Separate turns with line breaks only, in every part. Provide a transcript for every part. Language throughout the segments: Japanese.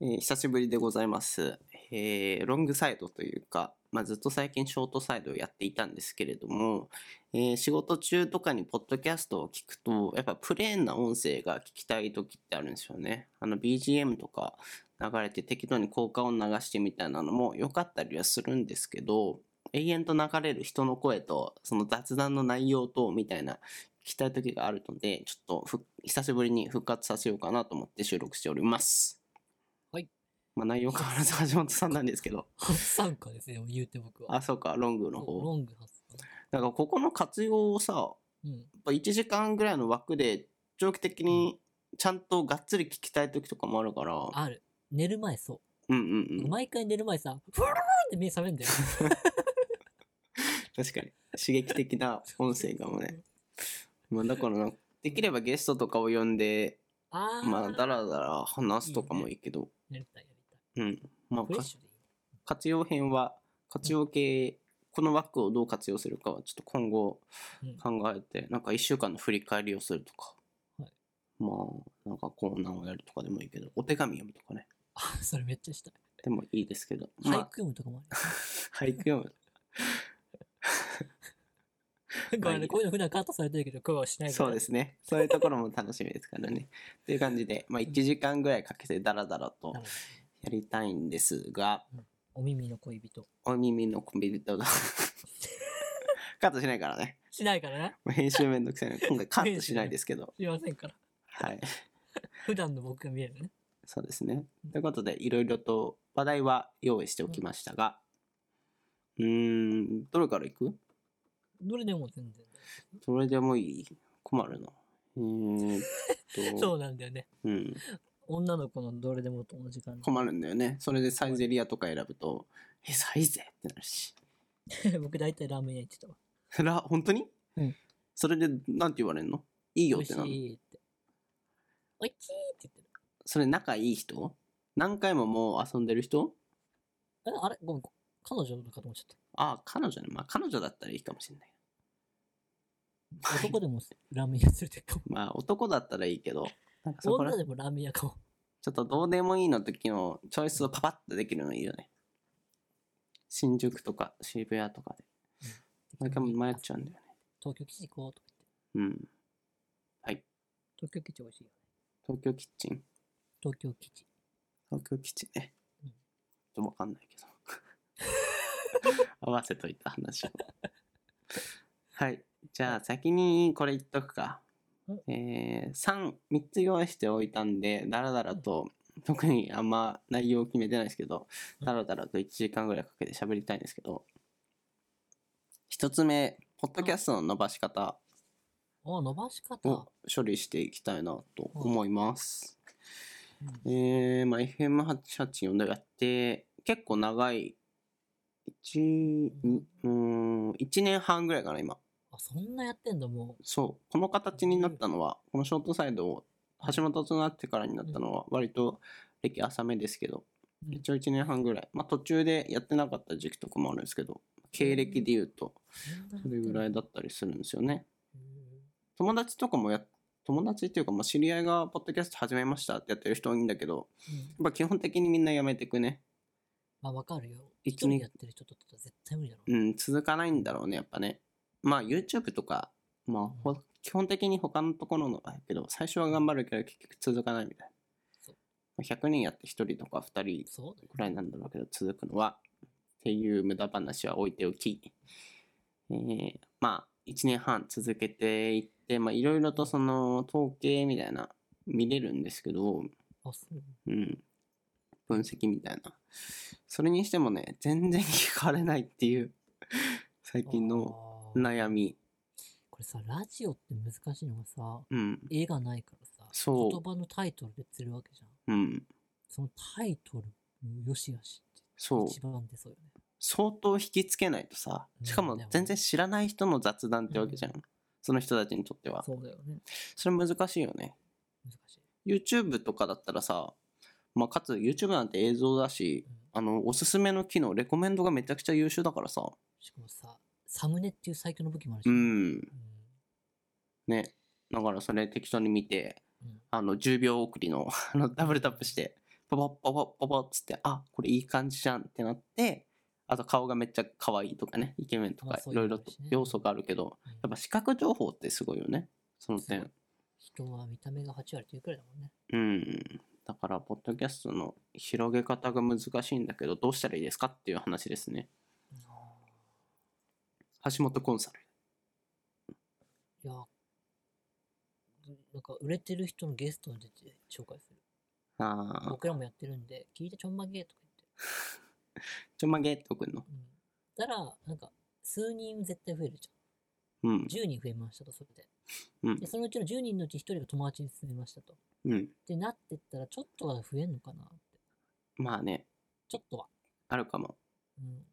えー久しぶりでございます。えーロングサイドというか、まあ、ずっと最近ショートサイドをやっていたんですけれども、えー仕事中とかにポッドキャストを聞くと、やっぱプレーンな音声が聞きたい時ってあるんですよね。あの BGM とか流れて適当に効果音流してみたいなのも良かったりはするんですけど、永遠と流れる人の声と、その雑談の内容と、みたいな聞きたい時があるので、ちょっとふ久しぶりに復活させようかなと思って収録しております。
はい。
まあ内容変わらず橋本さんなんですけど。
初参加ですね、言うて僕は。
あ、そうか、ロングの
そう
方。
ロング初参加。
だからここの活用をさ、
うん。
やっぱ1時間ぐらいの枠で長期的にちゃんとがっつり聞きたい時とかもあるから、
ある。寝る前そ
うんうん
う。
うん。
毎回寝る前さ、フルーンって目覚めんだよ。
確かに。刺激的 な 音声かもね。まあだからなんかできればゲストとかを呼んで、
あー。
まあだらだら話すとかもいいけど、
やりたいやりたい。
うん。まあ
フレッ
か
シュでいいね。
活用編は、活用系、この枠をどう活用するかはちょっと今後
うん
考えて、なんか1週間の振り返りをするとか、
はい
まあなんかコーナーをやるとかでもいいけど、お手紙読むとかね。
あ、 それめっちゃしたい。
でもいいですけど、ま
俳
あ
句読むとかもあ
俳句読む。
る。 ご
は
めん
い
ね、こういうの普段カットされてるけど、今日はしない。
そうですすね。そういうところも楽しみですからね。という感じで、まあ1時間ぐらいかけてダラダラと
なるほど
やりたいんですが、
お耳の恋人。
お耳のコンビニ とカットしないからね。
しないからね。
まあ編集めんどくさいので、今回カットしないですけど。
すいませんから。
はい。
普段の僕が見えるね。
そうですね。ということで、いろいろと話題は用意しておきましたが、うーん、どれからいく
どれでも全然。
どれでもいい。困るな。うーんと。
そうなんだよね。
うん。
女の子のどれでもと同じ感じ。
困るんだよね。それでサイゼリアとか選ぶと、え、サイゼってなるし。
僕大体ラーメン屋行ってたわ。
ら、本当に
うん
それで、なんて言われんのいいよってな
美味
る
しいって。おいちーって言ってる。
それ仲いい人何回ももう遊んでる人
あれあれごめん、彼女のかと思っちゃ っ
ああ、彼女ね。まあ彼女だったらいいかもしれない。
た。男でもラーメン屋連れてるかも。
まあ男だったらいいけど、なんかそこら
女でもラーメン屋かも。
ちょっとどうでもいいの時のチョイスをパパッとできるのいいよね。新宿とか渋谷とかで。毎回迷っちゃうんだよね。
東京基地行こうとか言って。
うん。はい。
東京基地美味しいよね。
東京キッチン
東京基地。
東京基地ね。
うん
ちょっとわかんないけ ど。合わせといた話を。はい。じゃあ先にこれ言っとくか
うん。
えー、3、3つ用意しておいたんで、だらだらと、特にあんま内容決めてないですけど、
うん
だらだらと1時間ぐらいかけて喋りたいんですけど、1つ目、ポッドキャストの伸ばし方
あ、伸ばし方。
を処理していきたいなと思います。えー、まあ FM884 でやって、結構長い、一、にうーん、一年半ぐらいかな、今。
あ、そんなやってんだ、も
そう。この形になったのは、このショートサイドを、橋本となってからになったのは、割と歴浅めですけど、
う。うん
一応一年半ぐらい。まあ途中でやってなかった時期とかもあるんですけど、経歴で言うと、それぐらいだったりするんですよね。
うん
友達とかもや、友達っていうか、まあ知り合いが、ポッドキャスト始めましたってやってる人多いんだけど、やっぱ基本的にみんなやめてくね。
まあ、わかるよ。
一
一
年
人やってる人とか絶対無理だろう。
うん、続かないんだろうね、やっぱね。まあ YouTube とか、まあほ基本的に他のところのだけど、最初は頑張るけど結局続かないみたい
そ
な。100人やって1人とか2人
そうだよ
くらいなんだろうけど、続くのは。っていう無駄話は置いておき、えーまあ1年半続けていって、まあいろいろとその統計みたいな見れるんですけど、
あ、そう。
うん。分析みたいな。それにしてもね、全然聞かれないっていう、 最近の
あー
悩み。
これさ、ラジオって難しいのがさ、
うん、
絵がないからさ、
そう
言葉のタイトルで釣るわけじゃん。
うん。そ
そのタイトルのよしよしって
そう。
一番でそうよね。
相当引きつけないとさ、しかも
うん
全然知らない人の雑談ってわけじゃん。その人たちにとっては。
そうだよね。
それ難しいよね。
難しい。
YouTube とかだったらさ、まあ、かつ YouTube なんて映像だし、あの、おすすめの機能、レコメンドがめちゃくちゃ優秀だからさ。
しかもさ、サムネっていう最強の武器もあるし。
う
うん。
ん。ね。だからそれ適当に見て、
うん
あの、10秒送りの、あの、ダブルタップして、パパッパパッパパッつって、あ、これいい感じじゃんってなって、あと顔がめっちゃ可愛いとかね、イケメンと
ま
か
あそう
い
いう
ろいろ
のもあるしね
要素があるけど、
うん
やっぱ視覚情報ってすごいよね、その点。
人は見た目が8割というくらいだもんね。
うん。だから、ポッドキャストの広げ方が難しいんだけど、どうしたらいいですかっていう話ですね。橋本コンサル。
いや、なんか売れてる人のゲストに出て紹介する。
ああ、
僕らもやってるんで、聞いてちょんまげとか
ちょまげっとくんの。
言って。うん。たら、なんか、数人絶対増えるじ
うん、
ゃん。10人増えましたと、それで。
うん
で、、そのうちの10人のうち1人が友達に進めましたと。っ
うん。
てなってったら、ちょっとは増えんのかなって。
まあね、
ちょっとは。
あるかも。
うん。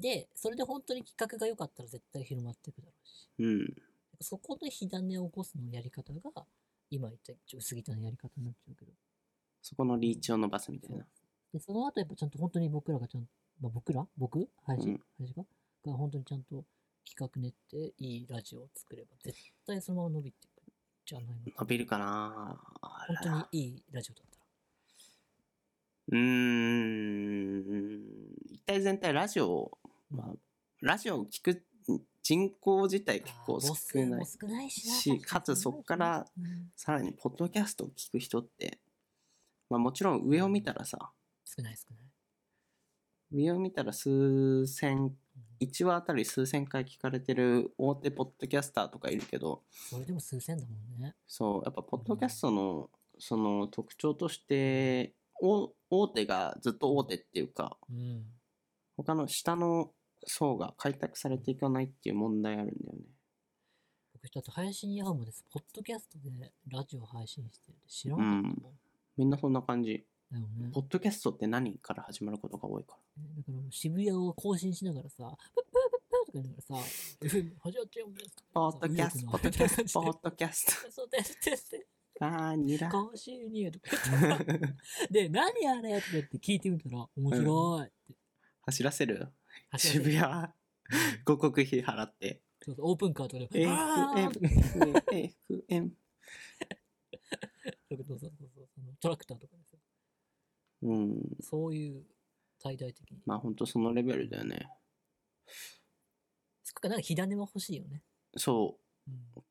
で、それで本当に企画が良かったら絶対広まっていくだろうし。
うん。
そこで火種を起こすのやり方が、今言った、ちょ薄汚いやり方になっちゃうけど。
そこのリーチを伸ばすみたい
そう
な。
で、その後やっぱちゃんと本当に僕らがちゃんと、まあ、僕ら僕林、
うん
林がが本当にちゃんと企画練っていいラジオを作れば絶対そのまま伸びていくじゃないの
伸びるかなあら
本当にいいラジオだったら。
うーん。一体全体ラジオ、まあ、ラジオを聞く人口自体結構
あー母
少
数
な
も
い。
少ないしな。
し
確に
かつそっから、
うん
さらに、ポッドキャストを聞く人って、まあもちろん上を見たらさ、
少ない少ない。
上を見たら数千、
うん
1話あたり数千回聞かれてる大手ポッドキャスターとかいるけど、
それでも数千だもんね。
そう、やっぱポッドキャストのその特徴として、お大手がずっと大手っていうか、
うん。
他の下の層が開拓されていかないっていう問題あるんだよね。
僕、だって林に会うまで、ポッドキャストでラジオ配信してるって知らなかったもん。
みんなそんな感じ。
だよね。
ポッドキャストって何から始まることが多いか
ねだからもう渋谷を更新しながらさ、プップープップーとか言いながらさ、FM 始まっちゃうんです
ら。ポッドキャスト、ポッドキャ スト、ポッドキャス
そうですです
ト。
です
バーニラ。
高収入とか言ってさ で、何あれとか言って聞いてみたら、面白いって。
走らせる
走
渋
らせて
谷、広告費払って。
そうそうオープンカーとかで、あーとか言って
FM、FM。
そうそうそうそうトラクターとかでさ、
うん。
そういう大々的に。
まあ本当そのレベルだよね。
つくか、なんか火種は欲しいよね。
そう。
うん、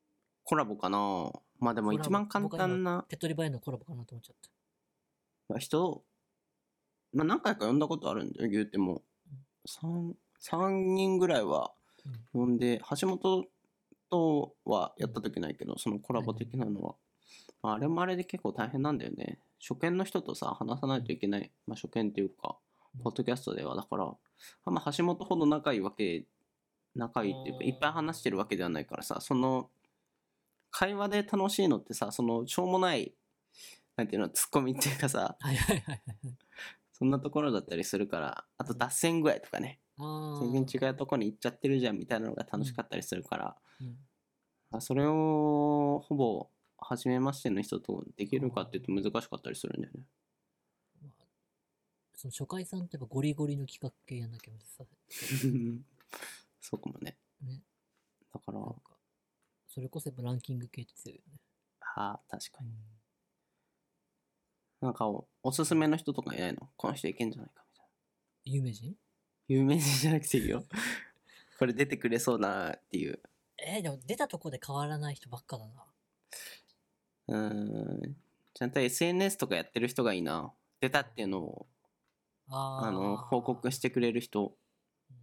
コラボかなまあでも
コラボ
一番簡単な
手っ取り早いのはコラボかなと思っちゃった。
人を、まあ何回か呼んだことあるんだよ、言うても。3、三人ぐらいは呼んで、橋本とはやった時ないけど、そのコラボ的なのは。まあ、あれもあれで結構大変なんだよね。初見の人とさ、話さないといけない。まあ初見っていうか、ポッドキャストでは、だから、あんま橋本ほど仲いいわけ、仲いいっていう
う
か、
ん
いっぱい話してるわけではないからさ、その、会話で楽しいのってさ、その、しょうもない、なんていうの、ツッコミっていうかさ、
はいはいはいはいはい。
そんなところだったりするから、あと脱線具合とかね、
あー
全然違うとこに行っちゃってるじゃんみたいなのが楽しかったりするから、
うん
あそれを、ほぼ、初めましての人とできるかって言うと難しかったりするんだ よね。
まあ、その初回さんってやっぱゴリゴリの企画系やんなきゃさ、
そうかもね。
ね、
だから、
なんか、それこそやっぱランキング系って強いよね。
ああ、確かに。なんかお、おすすめの人とかいないのこの人いけんじゃないかみたいな。
有名人
有名人じゃなくていい よ。これ出てくれそうだなっていう。
えー、でも出たとこで変わらない人ばっかだな。
うーん。ちゃんと SNS とかやってる人がいいな。出たっていうのを、
あー
あの、報告してくれる人。
う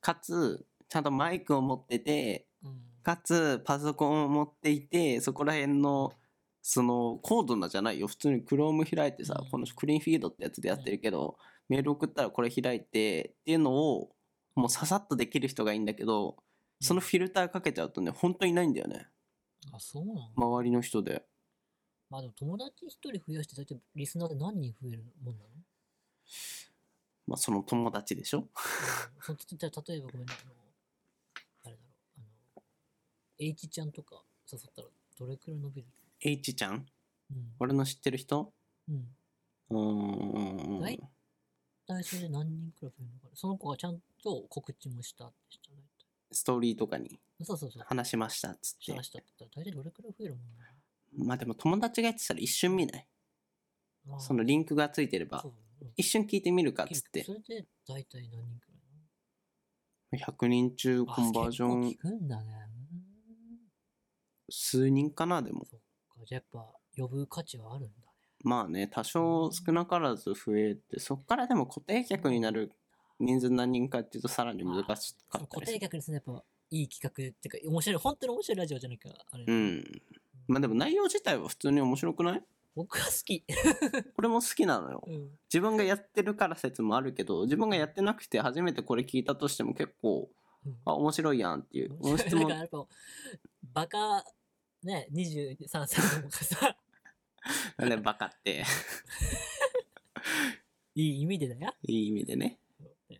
かつ、ちゃんとマイクを持ってて、
ん。うん
かつ、パソコンを持っていて、そこら辺の、その、高度なじゃないよ。普通に Chrome 開いてさ、
うん
このクリーンフィードってやつでやってるけど、メール送ったらこれ開いてっていうのを、もうささっとできる人がいいんだけど、そのフィルターかけちゃうとね、本当にいないんだよね。
あ、そうなの、ま
周りの人で。
あでも友達一人増やして、だいたいリスナーで何人増えるもんなの
まあ、その友達でしょ
うんそのつじゃあ例えばごめんなあの、あれだろう、あの、H ちゃんとか誘ったらどれくらい伸びる
?H ちゃん
う
俺の知ってる人
ん。うん。
うーん。
はい最初で何人くらい増えるのかなその子がちゃんと告知もしたってしたね。
ストーリーとかに
そうそうそう。
話しましたっつって
話。したって言ったら大体どれくらい増えるもんな
まあでも友達がやってたら一瞬見ない。
まあ
そのリンクがついてれば
そう、うん
一瞬聞いてみるかっつっ
結
て
構それで大体何人くらい
100人中
なの
コンバージョ
あ
ン
結構聞くんだね。
数人かなでも
うんじゃあやっぱ呼ぶ価値はあるんだね。
まあね多少少なからず増えてそっからでも固定客になる人数何人かっていうとさらに難しか
そ
った
の固
りす
定
る
客ですね、やっぱいい企画っていうか、面白い、本当に面白いラジオじゃなきゃ、あれ、
うんまあでも内容自体は普通に面白くない
僕は好き。
これも好きなのよ
うん
自分がやってるから説もあるけど自分がやってなくて初めてこれ聞いたとしても結構
うん
あ面白いやんっていう音
面
質
白い
も
だからやっぱ、バカ、ね、23歳のさ、
なんでバカって
いい意味でだよ。
いい意味でね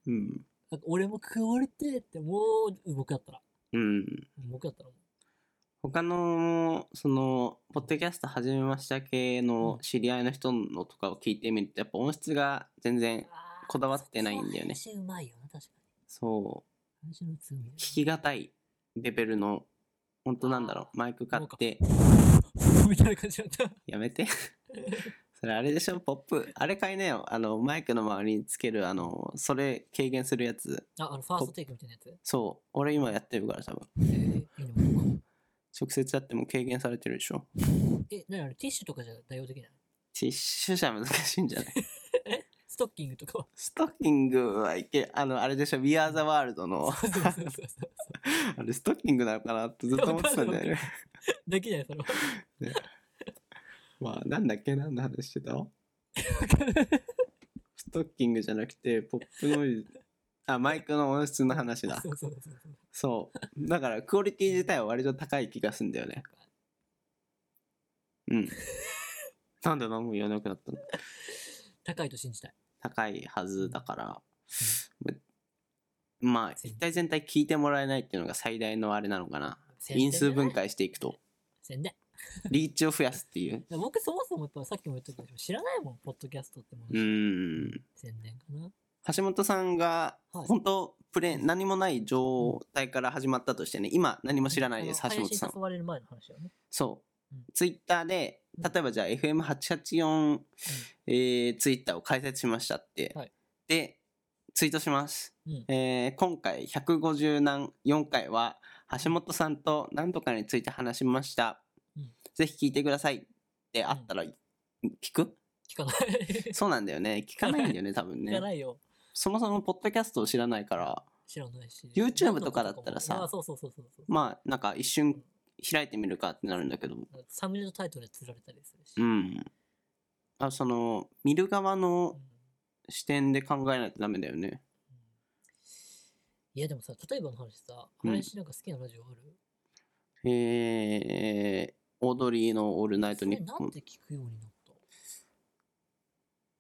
うん
なんか俺も食われてえって、もう、僕だったら、
うん
僕だったらも
他のそのポッドキャスト始めました系の
うん
知り合いの人のとかを聞いてみるとやっぱ音質が全然
う、あー
こだわってないんだよね
そこは話うまいよな、確か
そ
に。話の強みだよ
う聞きがたいレベルの本当なんだろうマイク買って
ね。 みたいな感じだった。
やめ てそれあれでしょポップあれ買いなよあのマイクの周りにつけるあのそれ軽減するやつ
あ、あの、ファーストテイクみたいなやつ。
そう俺今やってるから多分
えーいいの
直接やっても軽減されてるでしょ
え、なにあれ、ティッシュとかじゃ代用できない
ティッシュじゃ難しいんじゃない
ストッキングと かは。
ストッキングはいけ、あの、あれでしょ、We Are the World の、
そうそうそうそうそう。
あれストッキングなのかなってずっと思ってたんだよね。
できない、それは。
まあ、なんだっけ、何の話してたストッキングじゃなくて、ポップノイズ、あ、マイクの音質の話だ
そ。うそうそうそう。
そう。だから、クオリティ自体は割と高い気がすんだよね。うん。なんで何も言わなくなったの
高いと信じたい。
高いはずだから、まあ、一体全体聞いてもらえないっていうのが最大のあれなのかな。
宣伝
因数
じゃない
分解していくと。
宣伝。
リーチを増やすっていう。
僕そもそもやっぱさっきも言ったけど、知らないもん、ポッドキャストってもの。
うーん。
宣伝かな。
橋本さんが、
はい
本当プレーン何もない状態から始まったとしてね、今何も知らないです、
あ
橋
の
本さ
配信
ん
誘。われる前の話よね。
そう
うん。
ツイッターで、
うん
例えばじゃあ FM884、えー、ツイッターを開設しましたって。
はい
で、ツイートします。
うん
えー今回150何、4回は、橋本さんと何とかについて話しました。
うん
ぜひ聞いてくださいってあったら、聞く
聞かな い。
そうなんだよね。聞かないんだよね、多分ね。
聞かないよ。
そもそもポッドキャストを知らないから、
知らないし。
YouTube とかだったらさ
あそうそうそうそうそう。
まあなんか一瞬開いてみるかってなるんだけど、
なんかサムネのタイトルで釣られたりするし。
う。ん。あその、見る側の視点で考えないとダメだよね。
いやでもさ、例えばの話さ、
うん
林なんか好きなラジオある、
えー、オードリーのオールナイト
そ
ニ
れ
ッ
な
ポ
ん
ン。
で聞くようになった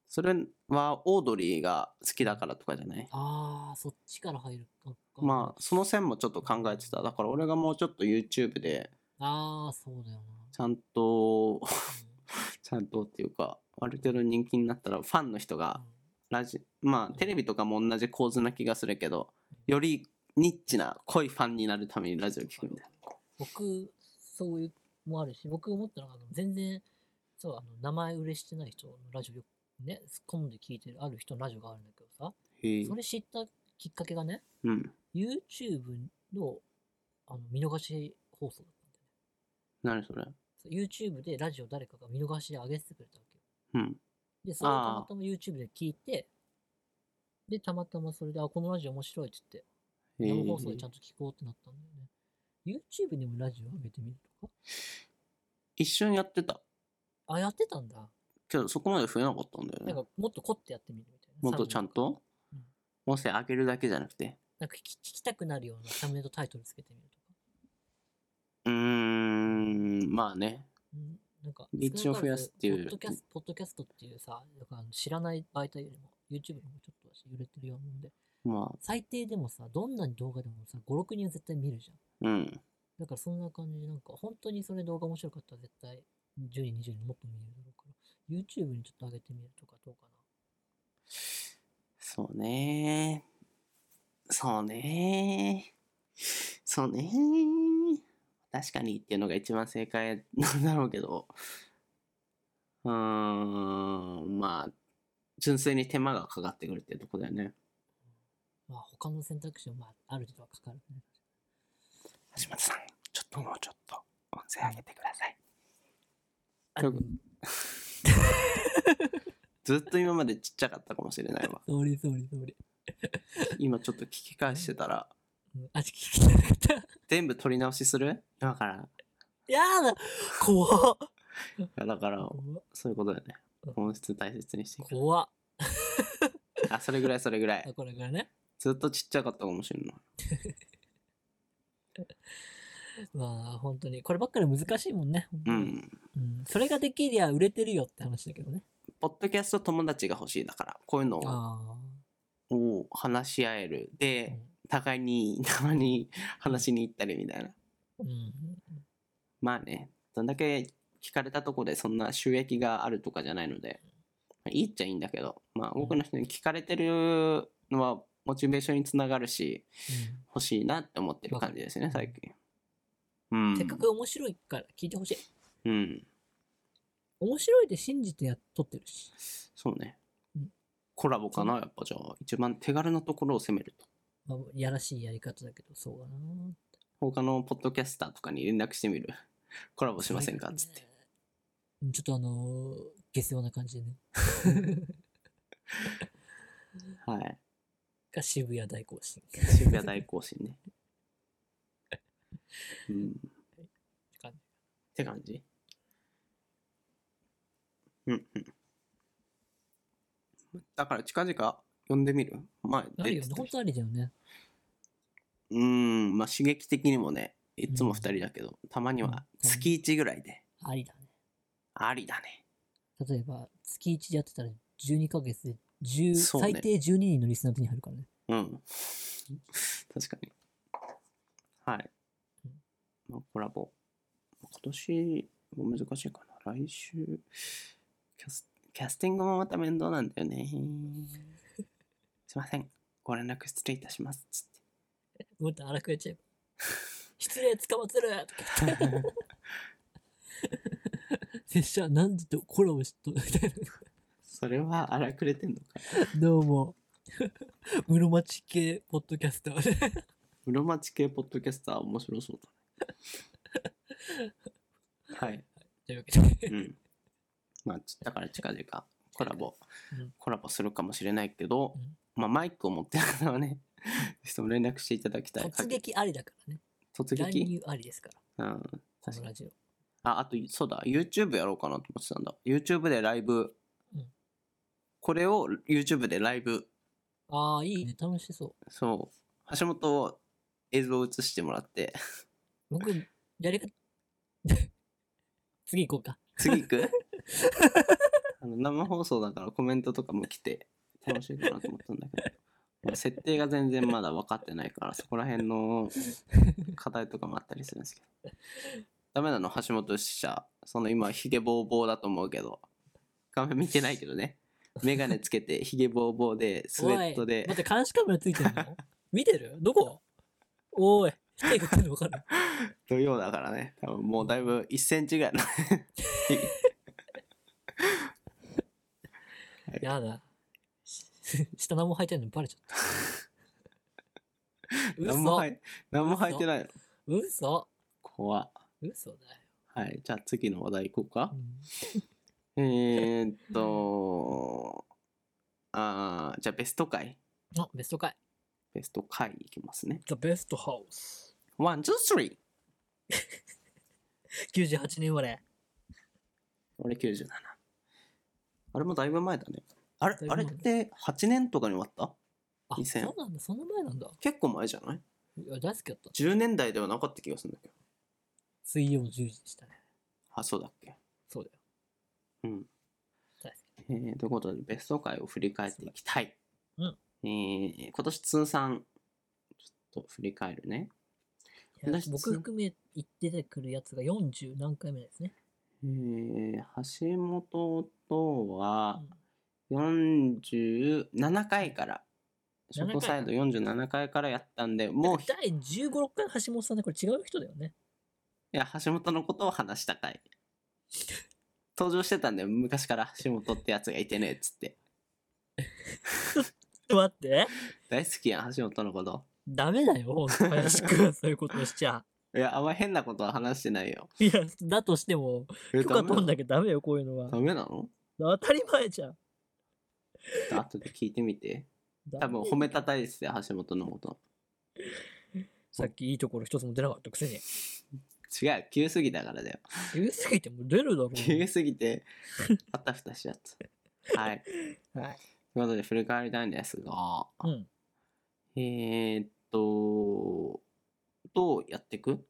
それはオードリーが好きだからとかじゃない
ああ、そっちから入るかか。
まあその線もちょっと考えてた。だから俺がもうちょっと YouTube で
ああ、そうだよ
ちゃんと、
な。
ちゃんとっていうか、ある程度人気になったらファンの人が
うん
ラジまあテレビとかも同じ構図な気がするけどよりニッチな濃いファンになるためにラジオ聞くみたい
僕、そういう、もあるし、僕思ったのが、あの全然、そう、あの、名前売れしてない人のラジオよくね、突っ込んで聞いてる、ある人のラジオがあるんだけどさ、そ
な。
れ知ったきっかけがね、
うん、
YouTube の、あの、見逃し放送だったんだよね
何それ、
そう YouTube でラジオ誰かが見逃しで上げてくれたわけよ。
うん、
で、それをた
あー
またま YouTube で聞いて、で、たまたまそれで、あ、このラジオ面白いって言って、
へえ
生放送でちゃんと聞こうってなったんだよね。YouTube にもラジオ上げてみるとか
一瞬やってた
あ、やってたんだ。
けどそこまで増えなかったんだよ
なん
ね
かもっと凝ってやってみるみたい
も
な。
っとちゃんと
うん
音声上げるだけじゃなくて
なんか聞き聞きたくなるようなサムネとタイトルつけてみるとか。
うーんまあね
うん、なんか
リーチを増やすっていう
少なからずポッドキャストポッドキャストっていうさ、なんかあの知らない媒体よりも YouTube の方がちょっと私揺れてるようなもんで、
まあ
最低でもさ、どんな動画でもさ、5、6人は絶対見るじゃん。
うん
だからそんな感じで、なんか本当にそれ動画面白かったら絶対10人、20人もっと見れるだろうから、YouTube にちょっと上げてみるとかどうか
そうねそうねそうね確かにっていうのが一番正解なんだろうけどうーんまあ、純粋に手間がかかってくるっていうとこだよね。
まあ、他の選択肢も、まあ、ある程度はかかるね。
橋本さん、ちょっともうちょっと音声上げてください。
あ
多分ずっと今までちっちゃかったかもしれないわ。
それそれそれ。
今ちょっと聞き返してたら、
うんあ、聞きたかった。
全部取り直しする今から。い
やだ怖っ
やだから、
怖っ
そういうことだよね。音質大切にしていく。
怖っ
あ、それぐらいそれぐらい
あ。これがね。
ずっとちっちゃかったかもしれない。
まあ、本当に。こればっかり難しいもんね。
う
本
ん。
当に。うん。それができりゃ売れてるよって話だけどね。
ポッドキャスト友達が欲しいだから、こういうのを
あ
を話し合える。
あ。
で、互いにたまに話しに行ったりみたいな。
うん。うん
まあね、どんだけ聞かれたとこでそんな収益があるとかじゃないので、まあいいっちゃいいんだけど、まあ多くの人に聞かれてるのはモチベーションにつながるし、欲しいなって思ってる感じですね、
わかる
最近。うん。
せっかく面白いから聞いてほしい。
うん。
面白いで信じてやっとってるし。
そうね
うん。
コラボかな、やっぱじゃあ、一番手軽なところを攻めると。
まあ、やらしいやり方だけど、そうだな。
他のポッドキャスターとかに連絡してみる。 コラボしませんかっつって。
うん。ちょっとあのー、下世話な感じでね。
はい。
が渋谷大行進。
渋谷大行 進ね。うん。って感じうんうん。だから近々呼んでみる前
あるよ
出
ね。
て
本
きた
当ありだよね。
うーん、まあ刺激的にもね、いつも二人だけど、たまには月一ぐらいで、
ありだね。
ありだね。
例えば、月1でやってたら12ヶ月で10、
そうね
最低12人のリスナーの手に入るからね。
うん。確かに。はい
うん。
まあ、コラボ。今年も難しいかな。来週、キャスキャスティングもまた面倒なんだよ ね。すいません。ご連絡失礼いたします。 つって。
もっと荒くやっちゃえば。 失礼、捕まつるとか言って。拙者、何時とコラボしと、みたい
それは荒くれてんのか。
な。どうも。 室町系ポッドキャスターで。
室町系ポッドキャスター面白そうだね。 はい。
というわけで。
うん。まあ、ちだから近々コラボ、
うん
コラボするかもしれないけど、
うん
まあ、マイクを持ってる方はね、 ぜひとも連絡していただきたい。
突撃ありだからね。
突
乱
撃
入ありですから。
うん。
こ
確か
の
に。
ラジオ。
あ、あと、そうだ、YouTube やろうかなと思ってたんだ。YouTube でライブ。
うん
これを YouTube でライブ。
ああ、いいね。楽しそう。
そう。橋本を映像を映してもらって、
僕、やり方、次行こうか。
次行くあの生放送だからコメントとかも来て楽しいかなと思ったんだけど設定が全然まだ分かってないからそこら辺の課題とかもあったりするんですけどダメなの橋本支社その今ひげぼうぼうだと思うけど画面見てないけどね眼鏡つけてひげぼうぼうでスウェット
おい
で
待って、監視カメラついてる の見てるどこおーい。来てるってんの分かる
土曜だからね多分もうだいぶ1センチぐらいの
やだ。 し下何も履いてんのにバレちゃ った。
何も
嘘
入何も入ってないの
嘘
怖っ
嘘だよ。
はい、じゃあ次の話題行こうか
う。ん
えー、っと、あーじゃあベスト回。
あ、ベスト回。
ベスト回いきますね。
The Best House。
ワン、ツー、スリー。
98年生まれ。
俺97。あれもだいぶ前だね。あれ
だい、ぶ
あれ
前
って8年とかに終わった
あ、
2000
そうなんだ。そんな前なんだ。
結構前じゃない
いや、大好きだった。
?10 年代ではなかった気がするんだけど。
水曜10時でしたね。
あ、そうだっけ。
そうだよ。
うん。
大好
え
き。
ーということで、ベスト回を振り返っていきたい。
うん
えー今年通算、ちょっと振り返るね。
いや
私
僕含め言っててくるやつが40何回目ですね。
えー橋本と
う
は
ん
47回から、ショート
7
サ
回
イド47回からやったんで、もうひ、い
第15、6回の橋本さんでこれ違う人だよね。
や、橋本のことを話した回。登場してたんだよ、昔から、下本ってやつがいてね、っつって。
待って。
大好きやん、橋本のこと。
ダメだよ、ほんと林く ん、そういうことしちゃ。
いや、あんま変なことは話してないよ。
いや、だとしても、
え
許可取ん
ダメ
なきゃダメよ、こういうのは
なのダ。メなの
当たり前じゃん。
ちょっと後で聞いてみて。多
ダメ
分褒めたたえてたよ、橋本のこと。
さっきいいところ一つも出なかったくせに。
違う、急すぎだからだよ。
言いすぎても出るだろ う。
急すぎて、あたふたしちゃった。はい。
はい。
ということで、振り返りたいんですが、
うん。
えー、っと、どうやっていく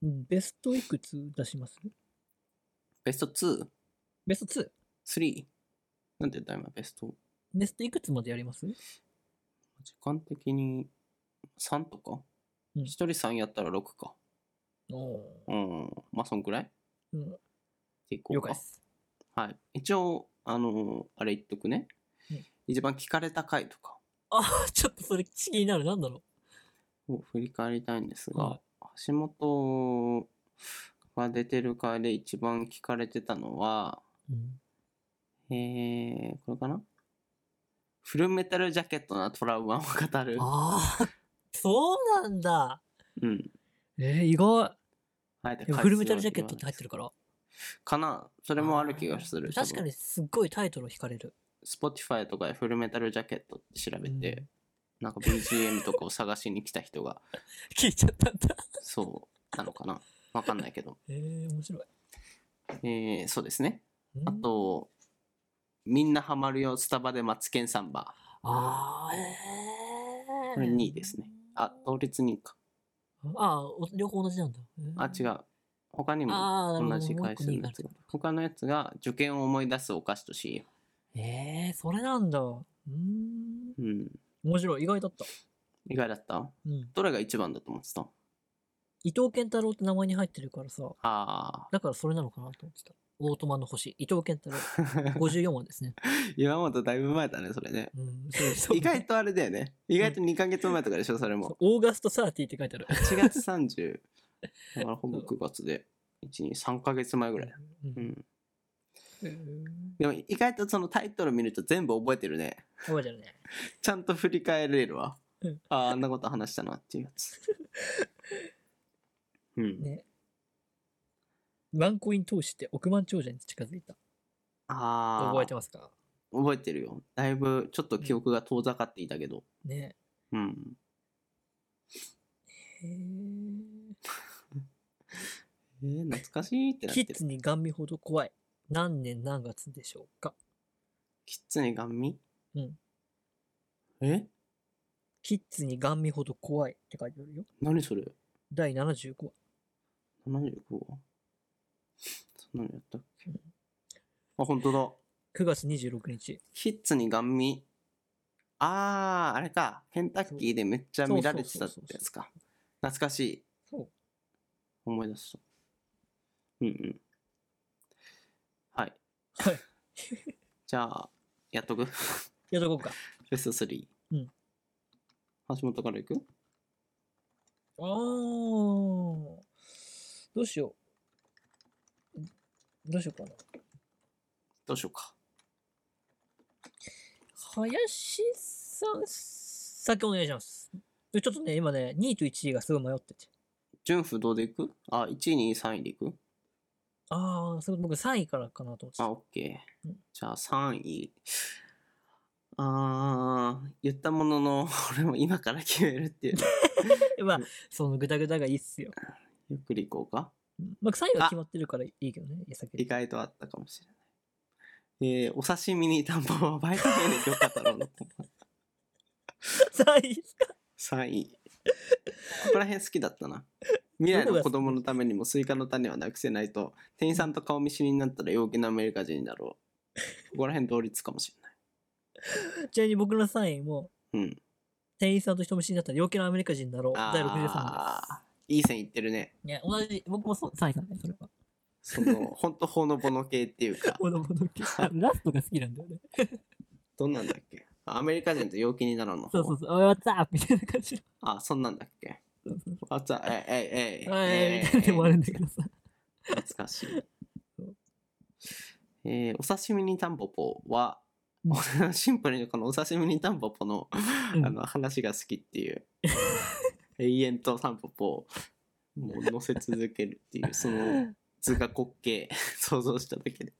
ベストいくつ出します
ベスト 2?3?
ベスト 2?
なんて言った今、ベスト。
ベストいくつまでやります
時間的に3とか、
うん
一人3やったら6か。
おお
うん。まあ、そんくらいっ
ー。うん。
ていこ
了
う
解
か
で。す。
はい。一応、あのーあれ言っとくね
うん。
一番聞かれた回とか
あ、ちょっとそれ気になる。なんだろ
を振り返りたいんです
は
が、橋本が出てる回で一番聞かれてたのは、
う。うん。
えー、これかなフルメタルジャケットなトラウマを語る。
ああ、そうなんだ。
うん。
えー、意外。
あえて
で
回数
も
は
フルメタルジャケットって入ってるから。
かなそれもある気がする。
確かにすっごいタイトル惹かれる。
多分。Spotify とかでフルメタルジャケットって調べて、なんか BGM とかを探しに来た人が、
聞いちゃったんだ。
そうなのかなわかんないけど。
えー、面白い。
えー、そうですね。
うん
あと、みんなハマるよ、スタバでマツケンサンバ。
あー、えー、
これ2位ですね。あ、同率2位か。
あーお両方同じなんだ。えー
あ、違。う。他にも
あー、なるほど。
同じ
もう
回
一個
数の
2位があ
やつ
る
が。他のやつが受験を思い出すお菓子と CM。
えー、それなんだ。うーん。
うん。
面白い。意外だった。
意外だった
うん。
どれが一番だと思ってた
伊藤健太郎って名前に入ってるからさ、
あ
だからそれなのかなと思ってた。オートマの星。伊藤健太郎。
あ。
54話ですね。
今までだいぶ前だね、それね。
うん。そうそう
意外とあれだよね。意外と2ヶ月前とかでしょ、それ
そう
も。
オーガストサーティーって書いてある。
8月30。だ からほぼ9月で、1、2、3ヶ月前ぐらい。
う。
うんん。
えー
でも意外とそのタイトル見ると全部覚えてるね。
覚えてるね。
ちゃんと振り返れるわ
うん。
ああ、あんなこと話したなっていうや つ。うん。
ね。ワンコイン投資って億万長者に近づいた。
ああ。
覚えてますか
覚えてるよ。だいぶちょっと記憶が遠ざかっていたけど。
ね。
うん。
へー
えー、懐かしいってなっ
キ
て
ッ
る。
ズにガン見ほど怖い。何年何月でしょうか
キッズにガンミ
うん。
え
キッズにガン見ほど怖いって書いてあるよ。
何それ
第75話。
?75 はそんなのやったっけあ、本当だ。
9月26日。
キッズにガンミ。あー、あれか。ケンタッキーでめっちゃ見られてたってやつか。懐かしい。
そう。
思い出した。うんうん。はい。
はい。
じゃあ、やっとく。
やっとこうか。
ベスト3。
うん。
橋本からいく
あー。どうしよう。んどうしようかな。
どうしようか。
林さん、先お願いします。でちょっとね、今ね、2位と1位がすごい迷ってて。
順不同でいくあ、1位、2位、3位でいく
ああ、それ僕3位からかなと思って
あ、
た。
オッケー
うん。
じゃあ3位。あー、言ったものの、 俺も今から決めるっていう。
まあ、そのグダグダがいいっすよ。
ゆっくりいこうか。
うんまあ、3位は決まってるからいいけどね、いや先
意
に。
外とあったかもしれない。えー、お刺身に田んぼはバイトメイでよかったろうなと思う。
3位ですか
3位。ここら辺好きだったな。未来の子供のためにもスイカの種はなくせないと、店員さんと顔見知りになったら陽気なアメリカ人だろう。ここら辺同率かもし
ちなみに僕の3位も、
れない。うん。
店員さんと人見知りになったら陽気なアメリカ人だろう。第63
あーいい線いってるね。
位です。ね、同じ、僕もそう3位だね、それは。
そ の、ほんとほのぼの系っていうか、
このもの 系ラストが好きなんだよね。
どんなんだっけアメリカ人と陽気になろうの
そ
方
うそうそう、おい、what's up? みたいな感 じの。
あ、そんなんだっけ
そうそう
あじゃあ、えいえいえい
はい、
え
みたいなのもあるんだけどさ。
懐かしい
そう。
えーお刺身にタンポポは
う、
シンプルにこのお刺身にタンポポの
うん
あの話が好きっていう永遠とタンポポをもう乗せ続けるっていうその図が滑稽想像しただけ で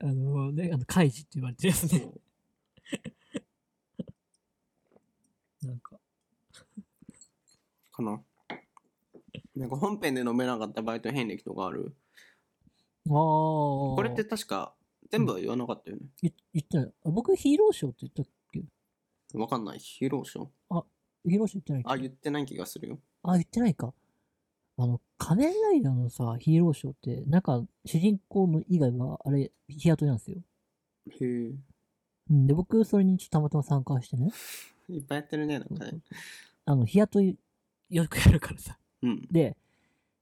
あのね、あの、カイジって言われてるやつね。なんか、
かななんか本編で飲めなかったバイト遍歴とかある
ああ。こ
これって確か全部は言わなかったよね
言言ったよ。あ僕、ヒーローショーって言ったっけ
わかんない披露書
ヒーローショー言ってないっ
あ
け
言ってない気がするよ
あ、言ってないか。あの、仮面ライダーのさ、ヒーローショーって、なんか、主人公の以外は、あれ、日雇いなんですよ。
へえ
うん、で、僕、それにちょっとたまたま参加してね。
いっぱいやってるねなんかね
あの、日雇い、よくやるからさ。
うん
で、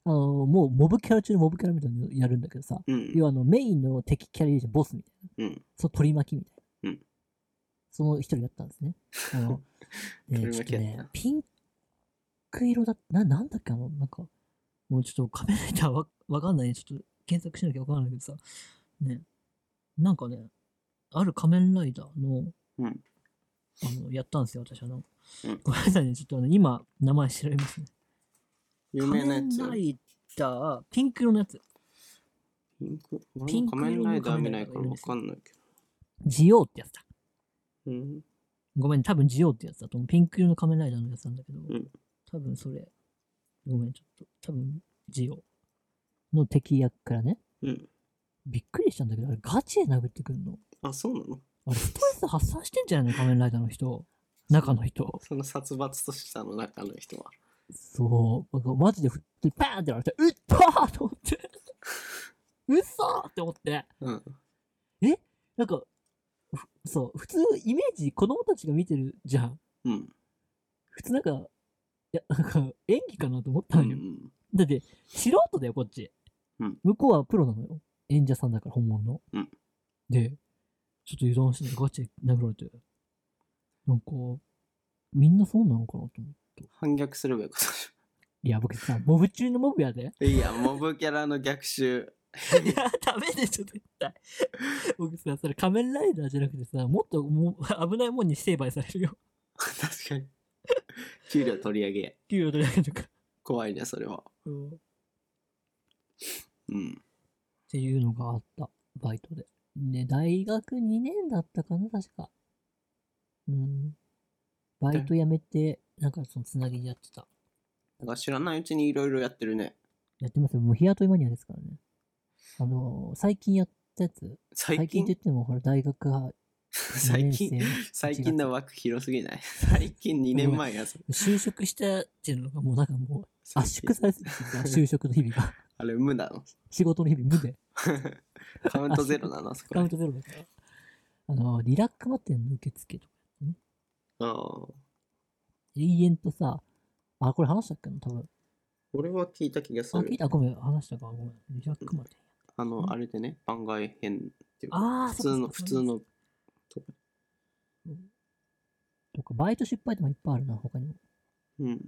あの、もう、モブキャラ中のモブキャラみたいなのやるんだけどさ。
うん
要は、あの、メインの敵キャラいるじゃん、ボスみたいな。
うん
その取り巻きみたいな。
うん
その一人だったんですね。あ のえ
取り
ーちょ
巻
っ
き
と
やった
ね、ピンク色だな、なんだっけ、あの、なんか、もうちょっと仮面ライダーわわかんないね。ちょっと検索しなきゃわかんないけどさ、ね、なんかね、ある仮面ライダーの、
うん
あの、やったんですよ、私あの。
うん
ごめんなさいね、ちょっとあの今、名前調べますね。
有名なやつ
仮面ライダー、ピンク色のやつ。
ピンク
ピンク
俺も仮面ライダー
色の仮面
見ないから
ライダーがいるん
わ
ですよ
かんないけ
ジオウってやつだ。
ど。うん。
ごめん、多分ジオウってやつだと思う。ピンク色の仮面ライダーのやつなんだけど、
ん
多分それ、ごめん、ちょっと、多分ジオウの敵役からね、
うん。
びっくりしたんだけど、あれガチで殴ってくんの。
あ、そうなの
あれ、ストレス発散してんじゃないの仮面ライダーの人。中の人。
その殺伐としたの中の人は。
そう。僕マジで振って、パーンってやられて、うっとーと思って。嘘って思って。
うん。
なんか、ふそう、普通、イメージ、子供たちが見てるじゃん。
うん。
普通なんか、いや、なんか、演技かなと思った
う
のよ。
ん。
だって、素人だよ、こっち。
うん
向こうはプロなのよ。演者さんだから、本物の。
うん
で、ちょっと油断して、ガチで殴られて。なんか、みんなそうなのかなと思う。
反逆すればよかっ
いや、僕さ、モブ中のモブ やで。
た。いや、モブキャラの逆襲。
いや、ダメでしょ、絶対。僕さ、それ仮面ライダーじゃなくてさ、もっともう危ないもんに成敗されるよ。
確かに。給料取り上げ。
給料取り上げとか。
怖いね、それは。
うんっ
うん。
ていうのがあった、バイトで。ね、大学2年だったかな、確か。うん。バイト辞めて、なんかそのつなぎにやってた。
なんか知らないうちにいろいろやってるね。
やってますよ。もう日雇いマニアですからね。あのー最近やったやつ。
最
最
近
近って言、っても、ほら、大学は 2
最
年生
近、
の
最近の枠広すぎ ない。最近2年前やつ。
就職したっていうのがもうなんかもう圧縮されすぎてさ、 就職の日々が。
あれ、無な の。
仕事の日々無で。
カウントゼロなの、あそこ
カ
ら
ウントゼロだから。あのーリラックマ店の受付とか。
うん。
永遠とさ、あ、これ話したっけな多分。
俺は聞いた気がす
あ、
る
聞い。たごめん、話したか、ごめん。リラックマ店。
あ
う
の、
ん
あれでね、番外編っていうか、
あー
普通の、普
そっかそっか
通の、
とか、バイト失敗とかいっぱいあるな、他にも。
うん。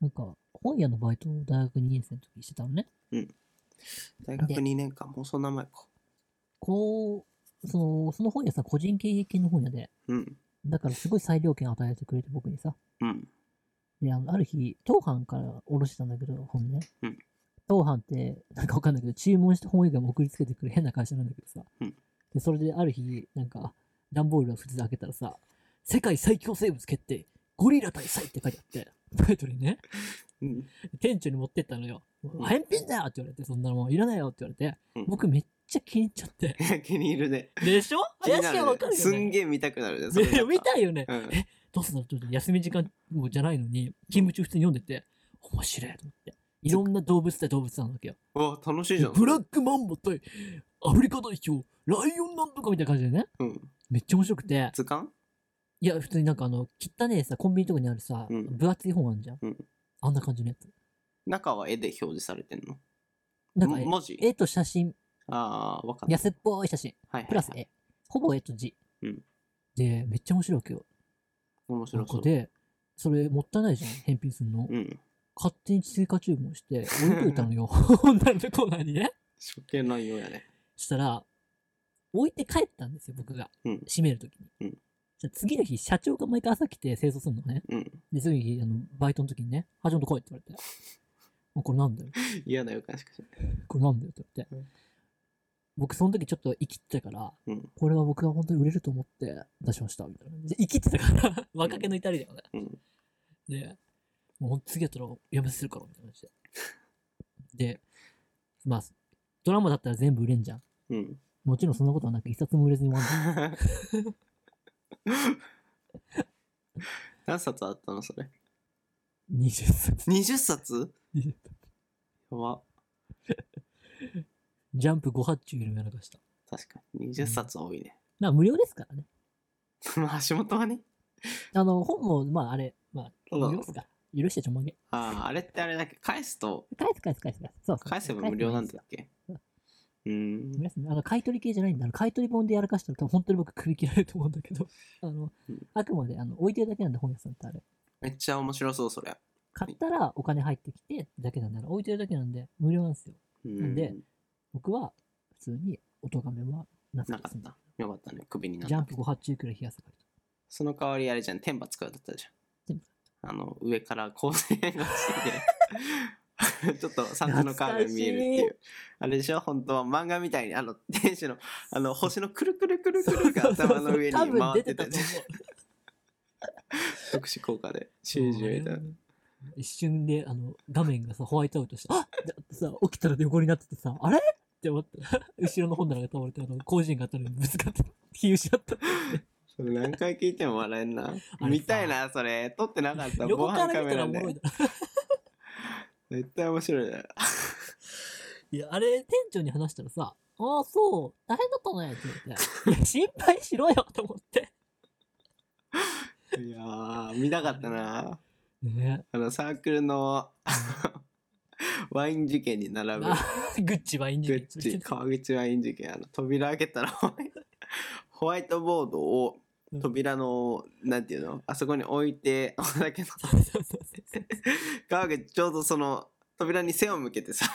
なんか、本屋のバイトを大学2年生の時にしてたのね。
大学
で
2年間、もうそんな前か。
こう、その、その本屋さ、個人経営系の本屋で、
うん。
だからすごい裁量権与えてくれて僕にさ。
うん。
で、あのある日、当販からおろしてたんだけど、本ね。
うん
当販って、なんかわかんないけど、注文した本以外も送りつけてくる変な会社なんだけどさ。
うん
で、それである日、なんか、段ボールを普通開けたらさ、世界最強生物決定、ゴリラ対サイって書いてあって、タイトルにね、
うん。
店長に持ってったのよ。
ん
返品だよって言われて、そんなのもういらないよって言われて、
うん
僕めっちゃ気に入っちゃって。
気に入るね。
でしょ
気に
怪
な
しいはわか
るね。
る
す
よ
ん
ね。
げえ見たくなるね。それ
ね
なんか
見たいよね。
うん。
どうすんだろうちょっと休み時間もじゃないのに、勤務中普通に読んでて、面白いと思って。いろんな動物対動物なんだけど。
うわ、楽しいじゃん。
ブラックマンボ対アフリカ代表、ライオンなんとかみたいな感じでね。
うん。
めっちゃ面白くて。
図鑑
いや、普通になんかあの、汚ねえさ、コンビニとかにあるさ、
うん
分厚い本あるじゃん。
うん
あんな感じのやつ。
中は絵で表示されてんの
なんか
も
絵、
文字
絵と写真、
ああ、わかんない。
安っぽい写真、
はいはい。
プラス絵。ほぼ絵と字。
うん
で、めっちゃ面白いわけよ。
面
な
白
ん
そ
か
う。
で、それもったいないじゃん、返品するの。
うん。
勝手に追加注 文して 置いといたのよ。女のコーナーにね。
処刑内容やね。
したら、置いて帰ったんですよ、僕が。
うん
閉めるときに。
うん
じゃあ次の日、社長が毎回朝来て清掃するのね。
うん。
で、次の日、あの、バイトの時にね、あ、ちょっと来いって言われて。もうこれなんだよ。
嫌な予感しかしない。
これなんだよって言われて。
うん
僕、その時ちょっと生きてたから、
うん。
これは僕が本当に売れると思って出しました、みたいな。で、生きてたから、 若気の至りだよね。
うん。
で、もうほんと次やったらやめするから、みたいな感じで。で、まあ、ドラマだったら全部売れんじゃん。
うん。
もちろんそんなことはなく、一冊も売れずに終わんじゃん
何冊あったのそれ。
20冊。
20冊やば。
ジャンプ5発注よりもやらかした。
確かに。20冊は多いね。
まあ、無料ですからね。
まあ、 橋本はね。
あの、本も、まあ、あれ、まあ、
うん
許すから。許してちょんまげ。
ああ、あれってあれだっけ返すと、
返す、返す、返す、返す。そうそう
返せば無料なんだっけ
そう
うー
返すん
ん。
ですよあの買い取り系じゃないんだ。あの買い取り本でやらかしたら、多分本当に僕首切られると思うんだけど、あの
うん、
あくまであの置いてるだけなんで、本屋さんってあれ。
めっちゃ面白そう、そりゃ。
買ったらお金入ってきてだけなんだから、置いてるだけなんで、無料なんですよ。
う
なんで
ん。
僕は普通にお咎めはな
な
か
か
っ
ったた。よかったね。首になっ
ジャン
た
プ。5発中くらい冷や汗かいた。
その代わりあれじゃん。天罰使うだったじゃ
天
ん。あの、上から光線がしてて、ちょっと三途の川が見えるってい
懐
う。あれでしょ本当は漫画みたいに、あの、天使の、あの、星のくるくるくるくるが頭の上に
多分
回
出
って
て
た
た
よ
と
ね
思う。
特殊効果で。集中みたいな。
一瞬で、あの、画面がさ、ホワイトアウトして、あだってさ、起きたら横になっててさ、あれって思った。後ろの本棚が倒れて、あの、工事員があったのにぶつかって、気失った。
それ何回聞いても笑えんな。
さ
見たいな、それ。撮ってなかった。
横
防
か
犯
ら
カ
見
メ
たら
ラ
おもろい
で。
だろ。
絶対面白いな。
いや、あれ、店長に話したらさ、ああ、そう、大変だったね、って言って。 いや、心配しろよ、と思って。
いやー、見たかったな。
ね
あの、サークルのワイン事件に並ぶ。
あグッチはいいん
グ
じゃ
ッチ、川口ワイン事件。あの、扉開けたら、 ホワイトホワイトボードを
うん
扉の、なんていうの、あそこに置いて、お酒の、
そうそうそうそう。
川口ちょうどその、扉に背を向けてさ、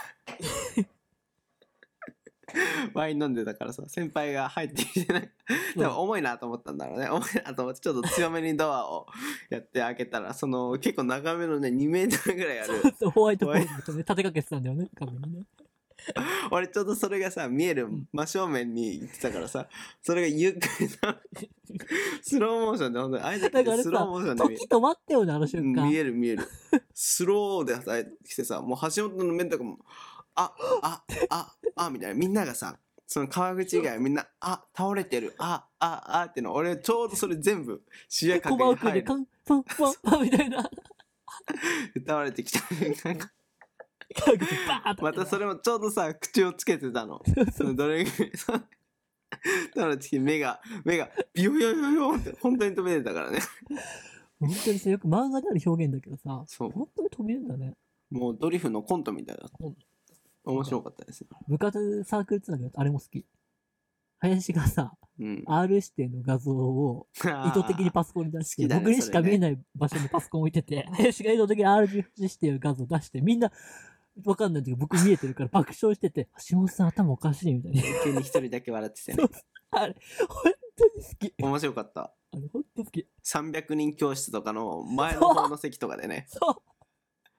ワイン飲んでたからさ、先輩が入ってきてなんか、多分重いなと思ったんだろうね。重いなと思って、ちょっと強めにドアをやって開けたら、その、結構長めのね、2メートルぐらいある。
そうホワイトボードとね、立てかけてたんだよね、壁にね。
俺ちょうどそれがさ見える
ん
真正面に行ってたからさそれがゆっくり さスローモーションで本当にあえて
だからさ
スローモーションで見え
時止まってよね、あの瞬
る
間
見。える見えるスローで働いてきてさもう橋本の目とかもああああみたいなみんながさその川口以外はみんなあ倒れてるあああっての俺ちょうどそれ全部視野角
コマ
に
送り
入
で
る
カンパンパンパンみた いな。
倒れてきたなんか
バーンと
またそれもちょうどさ口をつけてたのそのどれ ぐらいそうなの時目が目がビヨヨヨヨンって本当に飛べてたからね
本当にさ、よく漫画である表現だけどさ、
そう
本当に飛びるんだね。
もうドリフのコントみたいな
うん
面白かったですね
部活サークルつながり、あれも好き。林がさ、
うん
R 指定の画像を意図的にパソコンに出して、
好きだね
僕にしか
それ
見
ね
えない場所にパソコン置いてて、 林が意図的に R 指定の画像を出して、みんな、わかんないんだけど、僕見えてるから爆笑してて、橋本さん頭おかしいみたいな。
急に一人だけ笑っててね
あれ、本当に好き。
面白かった
あれ、本当好き。
300人教室とかの前の方の席とかでね
そう。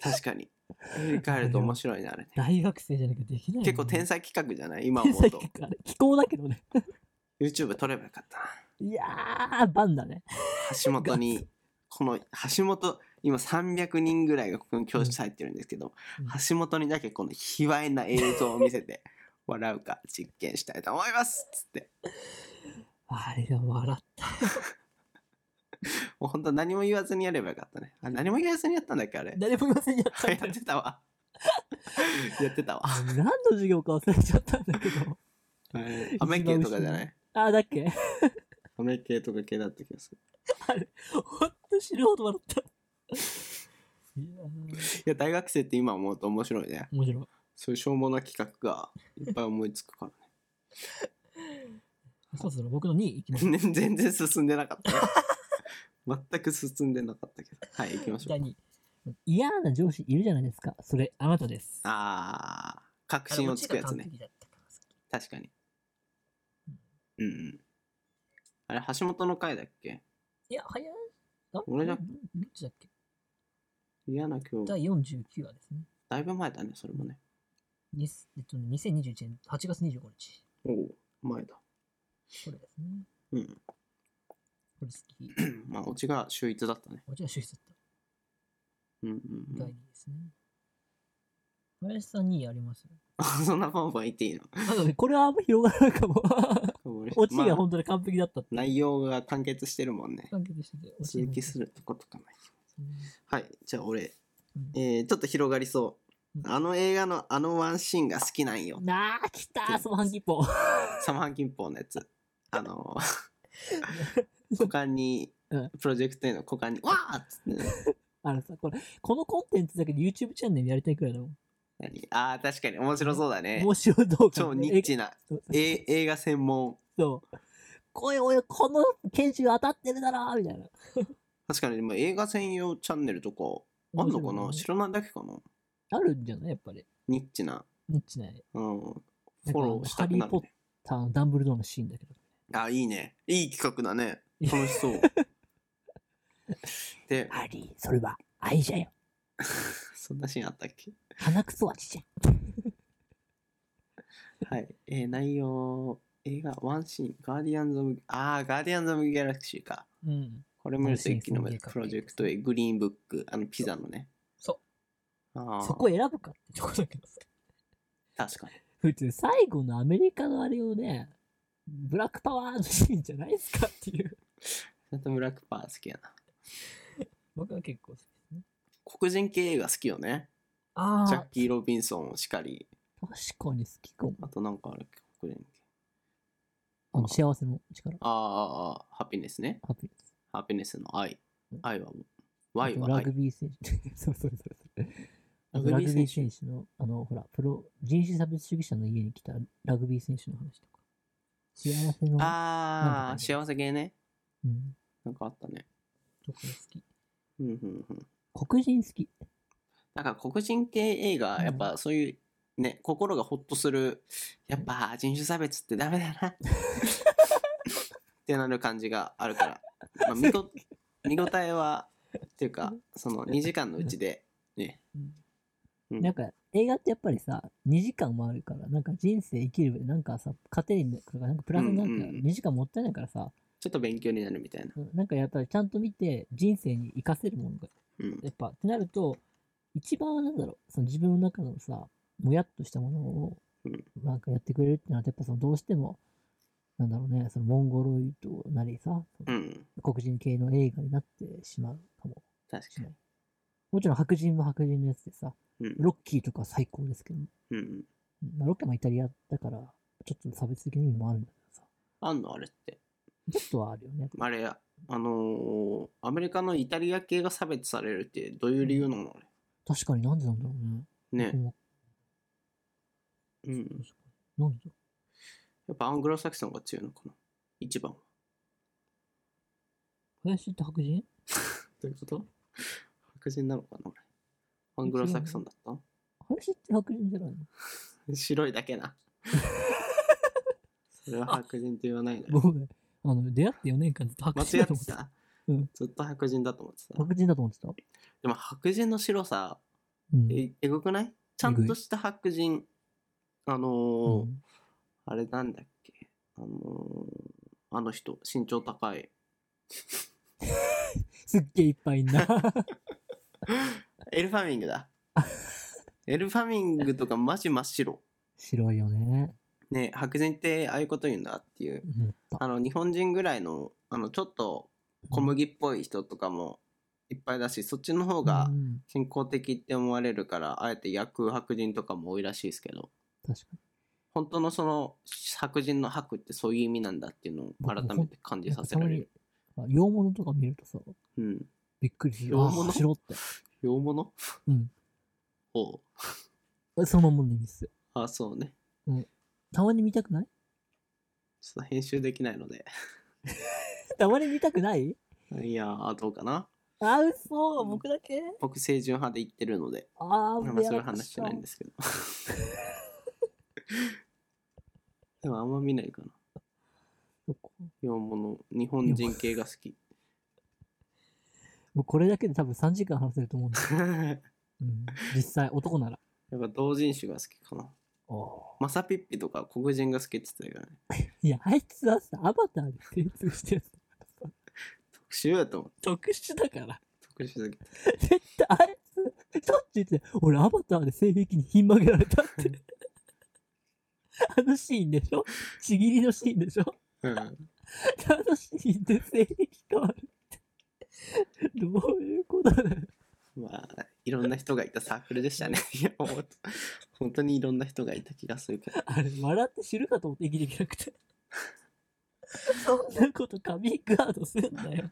確かに振り返ると面白いねあれね
大学生じゃなきゃできないよね、
結構天才企画じゃない今
天
思う
才
と
結構あれ、気候だけどね。
YouTube 撮ればよかったない
やー、バンだね。
橋本にこの橋本今300人ぐらいがここに教室入ってるんですけど、
うん
橋本にだけこの卑猥な映像を見せて 笑うか実験したいと思いますっつって
あれが笑った。
もう本当何も言わずにやればよかったねあ何も言わずにやったんだっけあ れ
誰も言わせにやっ
や
たん
っ
だよ。
てた わやってたわ
何の授業か忘れちゃったんだけど。
あれアメ系とかじゃない
あー、だっけ
アメ系とか系だった気がする
ほんと死ぬほど笑った。いやー、
いや大学生って今思うと面白いね
面白い。
そういうしょうもな企画がいっぱい思いつくからね
そろそろ僕の2位いきます。
全然進んでなかったね全く進んでなかったけどはい行きましょう
第2位。嫌な上司いるじゃないですか。それ、あなたです。
ああ、確信をつくやつね。
あれ。オチが完璧だったから好き
確かに。うんうん。あれ、橋本の回だっけ
いや、早い。あ
俺だ
どどっちだっけ
嫌な今日、
第49話ですね。
だいぶ前だね、それもね。
にすえっとね、2021年8月25日。
おお、前だ。
これですね。
うん。
これ好き。
まあ、オチが秀逸だったね。
こちら出世だっ
うんうん
た。
う
第2
ん
位ですね。林さん2位あります。
あ そんなパンパン言っていい の
あのねこれはあんま広がらない かも。落ち
まあ
が本当に完璧だったって。
内容が完結してるもんね。
完結してて。落
続
ちが本当に
きするとことかない。
うん
はい、じゃあ俺、
うん
えーちょっと広がりそう
う。ん
あの映画のあのワンシーンが好きなんよ。
なあ、来たー、その半切符。
サマハンキンポーのやつ。あ のー、股間に
うん、
プロジェクトへの股間に、わーっつってね。
あのさ、これ、このコンテンツだけで YouTube チャンネルやりたいくらいだもん。
何 ああ、確かに面白そうだね。
面白い動画。
超ニッチな。
そう
え映画専門。
そう。これ、俺、この研修当たってるだろみたいな。
確かに、でも映画専用チャンネルとか、あんのかな
面
知
白
らないだけかな
あるんじゃないやっぱり。
ニッチな、
ニッチない。
うん、フォローしたく
な
な
んかあのハリーポ
る
ッ、ターのダンブルドアのシーンだけど。
ああ、いいね。いい企画だ ね。楽しそう。で、
ハリー、それは愛じゃよ。
そんなシーンあったっけ
鼻くそ味じゃ。
はい。えー内容、映画、ワンシーン、ガーディアンズ・オブ・あー、ガーディアンズ・オブ・ギャラクシーか。
うん。
これもると一気の
ワンシーンすげえかっ
プ
こい
ロ
い
ジェクトへグリーンブック、あの、ピザのね。
そ
あ
う。
ー
そこ選ぶかってとこだけどさ。
確かに。
普通、最後のアメリカのあれをね、ブラックパワーのシーンじゃないですかっていう。
ちゃんとブラックパー好きやな。
僕は結構好きですね。
黒人系映画好きよね。
あ
ジャ
あ
ッ、キー・ロビンソンしかり。
確かに好きかも。
あとなんかあるっけ黒人系。
あの、幸せの力。
あーあー、あーハピネスね。
ハッピーです。
ハピネスの愛
うん。
愛は、Y は
ラ
愛
グ。ビー選手。 そうそうそうそう。あ
ラ
と
グ
ラ
ビ
グ
ー
ビー
選
選手の、あの、ほら、プロ、人種差別主義者の家に来たラグビー選手の話とか。幸せの、
あ
な
あ、
んだ
幸せ系ね。
うん、
なんかあったね。
とか好
うんうんうん。
き。黒人好き。
なんか黒人系映画、
うん
やっぱそういう、ね、心がほっとする、やっぱ人種差別ってダメだな。ってなる感じがあるから。まあ、見 ご見応えは、っていうか、その2時間のうちで、ね。うん
なんか、映画ってやっぱりさ、2時間もあるから、なんか人生生きる上で、なんかさ、糧になるから、なんかプラスになるか
う
ら、
んうん
2時間もったいないからさ、
ちょっと勉強になるみたいな。
うんなんかやっぱりちゃんと見て、人生に生かせるものが
うん。
やっぱってなると一番なんだろうその自分の中のさもやっとしたものを
うん
なんかやってくれるっていうのはやっぱそのどうしてもなんだろうねそのモンゴロイドなりさ
うん。
黒人系の映画になってしまうかも
確
し
か
れ
に
ない。もちろん白人も白人のやつでさ
うん。
ロッキーとか最高ですけど、
うんうん。
まあ、ロッキーもイタリアだからちょっと差別的な意味もあるんだけどさ
あんのあれって。
ちょっとはあるよね
あれや、あのーアメリカのイタリア系が差別されるってどういう理由なのあ
確かになんでなんだろう
れ。
ね
ね。
も
う。
うん確かになんでだろ
やっぱアングロサクソンが強いのかな一番は。
う林って白人
どういうこと白人なのかな俺。アングロサクソンだっ
林って白人じゃないの
た 白いだけな。 それは白人って言わないのよ。
僕ね、あの、出会って4年間ずっと白人
間違
だ
って
と思ってた。
た。
うん
ずっと白人だと思ってた。
白人だと思ってた。
でも白人の白さ、
うん。
ええぐくないちゃんとした白人。あのー
うん
あれなんだっけあのーあの人、身長高い。
すっげえいっぱいいん な。
エルファミング だ。エルファミングとかマジ真っ白。
白いよね。
ね白人ってああいうこと言うんだっていう。
思った。
あの日本人ぐらいのあのちょっと小麦っぽい人とかもいっぱいだし、そっちの方が
うん
健康的って思われるからあえて焼く白人とかも多いらしいですけど
確かに。
本当のその白人の白ってそういう意味なんだっていうのを改めて感じ
なん
さ
か
せ
た
ら
ま
れ
に
る。、
あ洋物とか見るとさ、
うん、
びっくりする。
洋
あ
物
ー白って。
洋物
うん。
おう
そのままの意味っす。
あそうね
たまに見たくない
ちょっと編集できないので
たまに見たくない
いやーどうかな
あー、嘘。僕だけ
僕清純派で言ってるので
あ
あ
ー、
んまそういう
やらか
話
し
じ
た
ゃないんですけどでもあんま見ないかな。
そっか
洋物、日本人系が好 き。
もうこれだけで多分3時間話せると思うんだよ。うん、実際、男なら。
やっぱ同人種が好きかな。マサピッピとか黒人が好きって言ってたからね。
いや、あいつはさ、アバターで精通してる。
特殊やと思う。
特殊だから。
特殊だけど。
絶対、あいつ、しょっちゅう言ってたよ俺、アバターで性癖にひん曲げられたって。あのシーンでしょちぎりのシーンでしょ
うん。
あのシーンで性癖変わるって。どういうことだよ。
まあ、いろんな人がいたサークルでした ね。いや、ほんと本当にいろんな人がいた気がするから。
あれ、笑って知るかと思って生きてきなくて。そんなことカミングアウトすんなよ。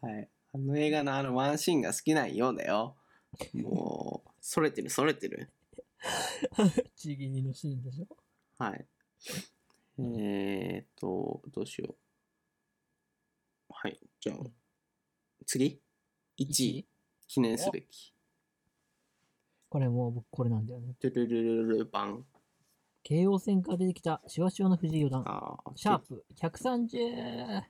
はい。あの映画のあのワンシーンが好きなんようだよ。もう、それてる、それてる。
ちぎりのシーンでしょ
はい。えーっと、どうしよう。はい。じゃあ、次 ?1 位、記念すべき。
これもう僕これなんだよね。
トゥルルルルルバン。
慶応戦から出てきたシワシワの藤井四段。
ああ、
シャープ130。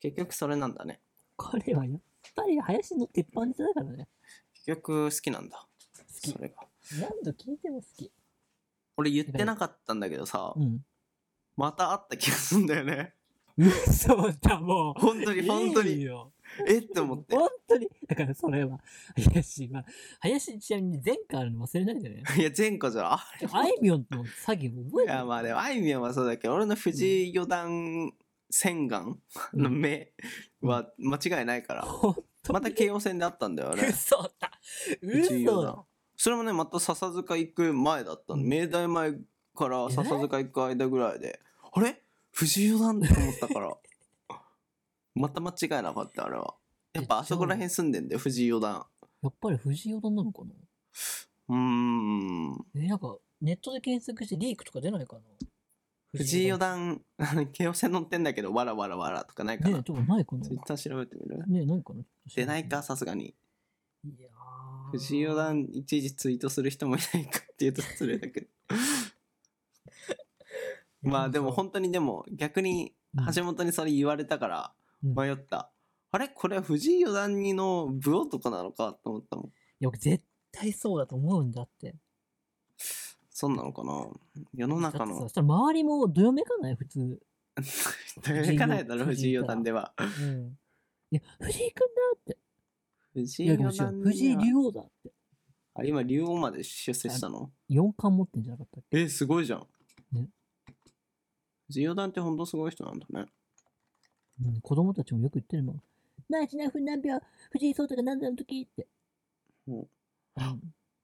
け結局それなんだね。
これはやっぱり林の鉄板ネタだからね。
結局好きなんだ。
好き
そ。れが。
何度聞いても好き。
俺言ってなかったんだけどさ、
うん。
また会った気がするんだよね。
嘘だもう。
本当に本当
いい
に。
よ
えって思って。
本当に。だからそれは、林は、林ちなみに前回あるの忘れないでね。
いや、前科じゃん。あ
あいみょんの詐欺覚え
い
てる
や、まあでも、あいみょんはそうだけど、俺の藤井四段洗顔の目は間違いないから。
ほんと
また慶応戦であったんだよ、あ れ。
嘘だ
藤井四
嘘だ
段それもね、また笹塚行く前だったの。
うん
明大前から笹塚行く間ぐらいで、あれ藤井四段って思ったから。 また間違いなかった、あれは。やっぱあそこら辺住んでんだよ、藤井四段。
やっぱり藤井四段なのかな
うーん。
え、なんか、ネットで検索してリークとか出ないかな
藤井四段、あの慶応戦乗ってんだけど、わらわらわらとかないか
ね
な
え、。ちょっとないかな
ツイッター調べてみる
ねえ、ないかな
出ないか、さすがに。
いやー
藤井四段、いちいちツイートする人もいないかっていうと失礼 だけど。まあでも本当にでも逆に橋本にそれ言われたから
うん
迷った。あれこれは藤井四段にの武男なのかと思ったもん。
いや、僕絶対そうだと思うんだって。
そうなのかな世の
だって
中
さ、
の
そ。したら周りもどよめかない普通。
いかないだろ、藤井四段では。
うん。いや、藤井君だって。
藤
い
井
や、
四
でも
段には
藤井竜王だって。
あ今、竜王まで出世したの
四冠持ってんじゃなかったっけ
え、すごいじゃん。
ね
藤井四段ってほんとすごい人なんだね。
うん、子供たちもよく言ってるもん。なあ、ちなふん何秒、藤井聡太が何だの時って。
うん
うん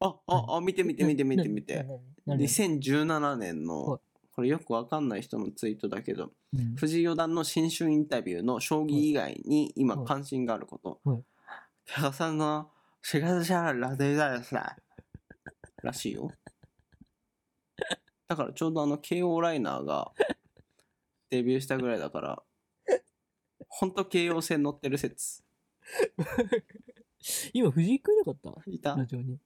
あ、あ、あ、見て見て見て見て見て。。
ななななな
2017年
は
の
い、
これよくわかんない人のツイートだけど、
うん
藤井四段の新春インタビューの将棋以外に今
はい
関心があること。
はい
加賀さんの生活者ラデザイスだ。らしいよ。だからちょうどあの KO ライナーがデビューしたぐらいだから、ほんと KO 戦乗ってる説。
今、藤井君いなかった
いた
ラジオに。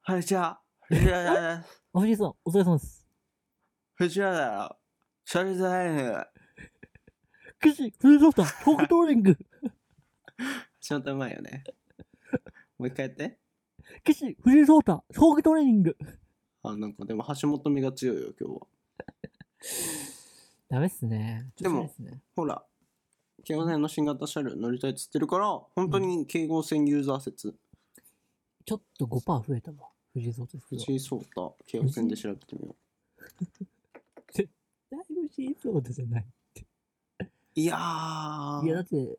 はい、じゃあ、藤井四段です。
あ、藤井さん、お疲れ様です。
藤原だよ。それじゃないのよ。
くし、藤井聡太、トークトーリング。
仕事うまいよね。 もう一回やって。
くし、藤井聡太、トークトーリング。
あ、なんかでも橋本みが強いよ、今日は。
ダメっすね。
でも
ちょっとダメっすね、
ほら、京王線の新型車両乗りたいっつってるから、本当に京王線ユーザー説。
ちょっと5%増えたわ。藤井聡太、
藤井聡太、京王線で調べてみよう。
だいぶ藤井聡太じゃない。
いや
いや、
ー
だっ、て、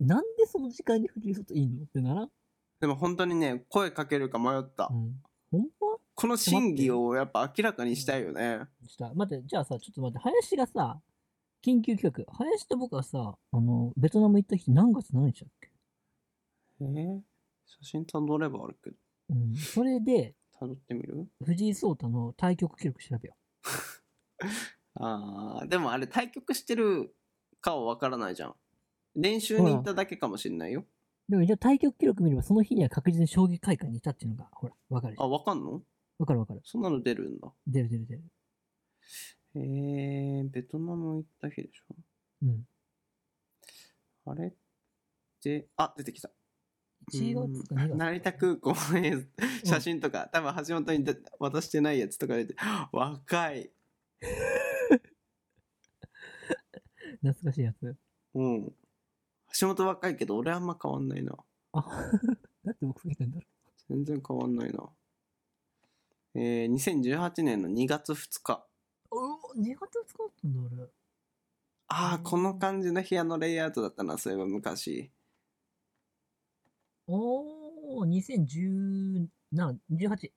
なんでその時間に藤井聡太いいのってならん
でも本当にね、声かけるか迷った
う。ん。ほんま
この真偽をやっぱ明らかにしたいよね。
ちょっと待って、じゃあさ、ちょっと待って、林がさ、緊急企画、林と僕はさ、あの、ベトナム行った日何月何日だっけ
えー写真たどればあるけど、
うん。それで、
たどってみる
藤井聡太の対局記録調べよ
あー、でもあれ対局してるかはわからないじゃん。練習に行っただけかもしんないよ。
う。でも、じゃあ対局記録見れば、その日には確実に将棋会館にいたっていうのが、ほら、わかるじゃ
あ、
ん。
わかんの
わかるわかる。
そんなの出るんだ。
出る出る出る。
へえ、ベトナム行った日でし
うん。
ょあれって、あ、出てきた。
1月か2
うん
月。
成田空港の写真とか、多分橋本に渡してないやつとか 出て、若い。
懐かしいやつ。
うん。橋本若いけど、俺あんま変わんないな。
あ、 だって僕増えてんだろ。
全然変わんないな。えー、2018年の2月2日。
お苦手使ったんだ俺。
ああ、
うん
この感じの部屋のレイアウトだったな、そういえば昔。
おー、2017、18。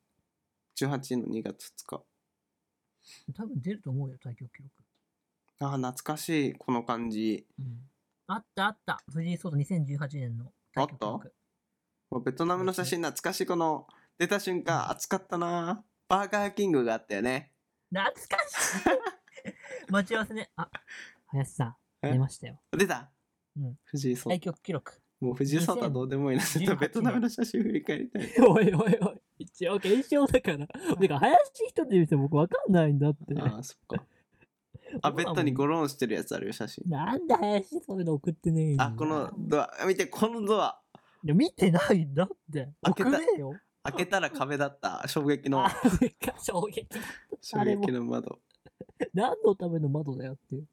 18の2月2日。
多分出ると思うよ、大局記録。
ああ、懐かしい、この感じ。
うん。あったあった。藤井聡太2018年の大局記録。
もうベトナムの写真懐かしい、この、出た瞬間、暑かったな。バーガーキングがあったよね。
懐かしい 待ち合わせね。あ、林さん、
え
出ましたよ。
出た、
うん
藤井聡
大
太。
局記録。
もう藤井聡太どうでもいいな。ちょっとベトナムの写真振り返りた い。
おいおいおい。一応検証だから。てか、林人って言う人僕わかんないんだって。
ああ、そっか。あ、ベッドにゴロンしてるやつあるよ、写真。
なんで林そういうの送ってねえんだ
あ、このドア。あ見て、このドア。
いや、見てないんだって。
開け
送
た
れよ。
開けたら壁だった。衝撃の
あ、、 そっか、衝撃。
衝撃の窓。
何のための窓だよっていう。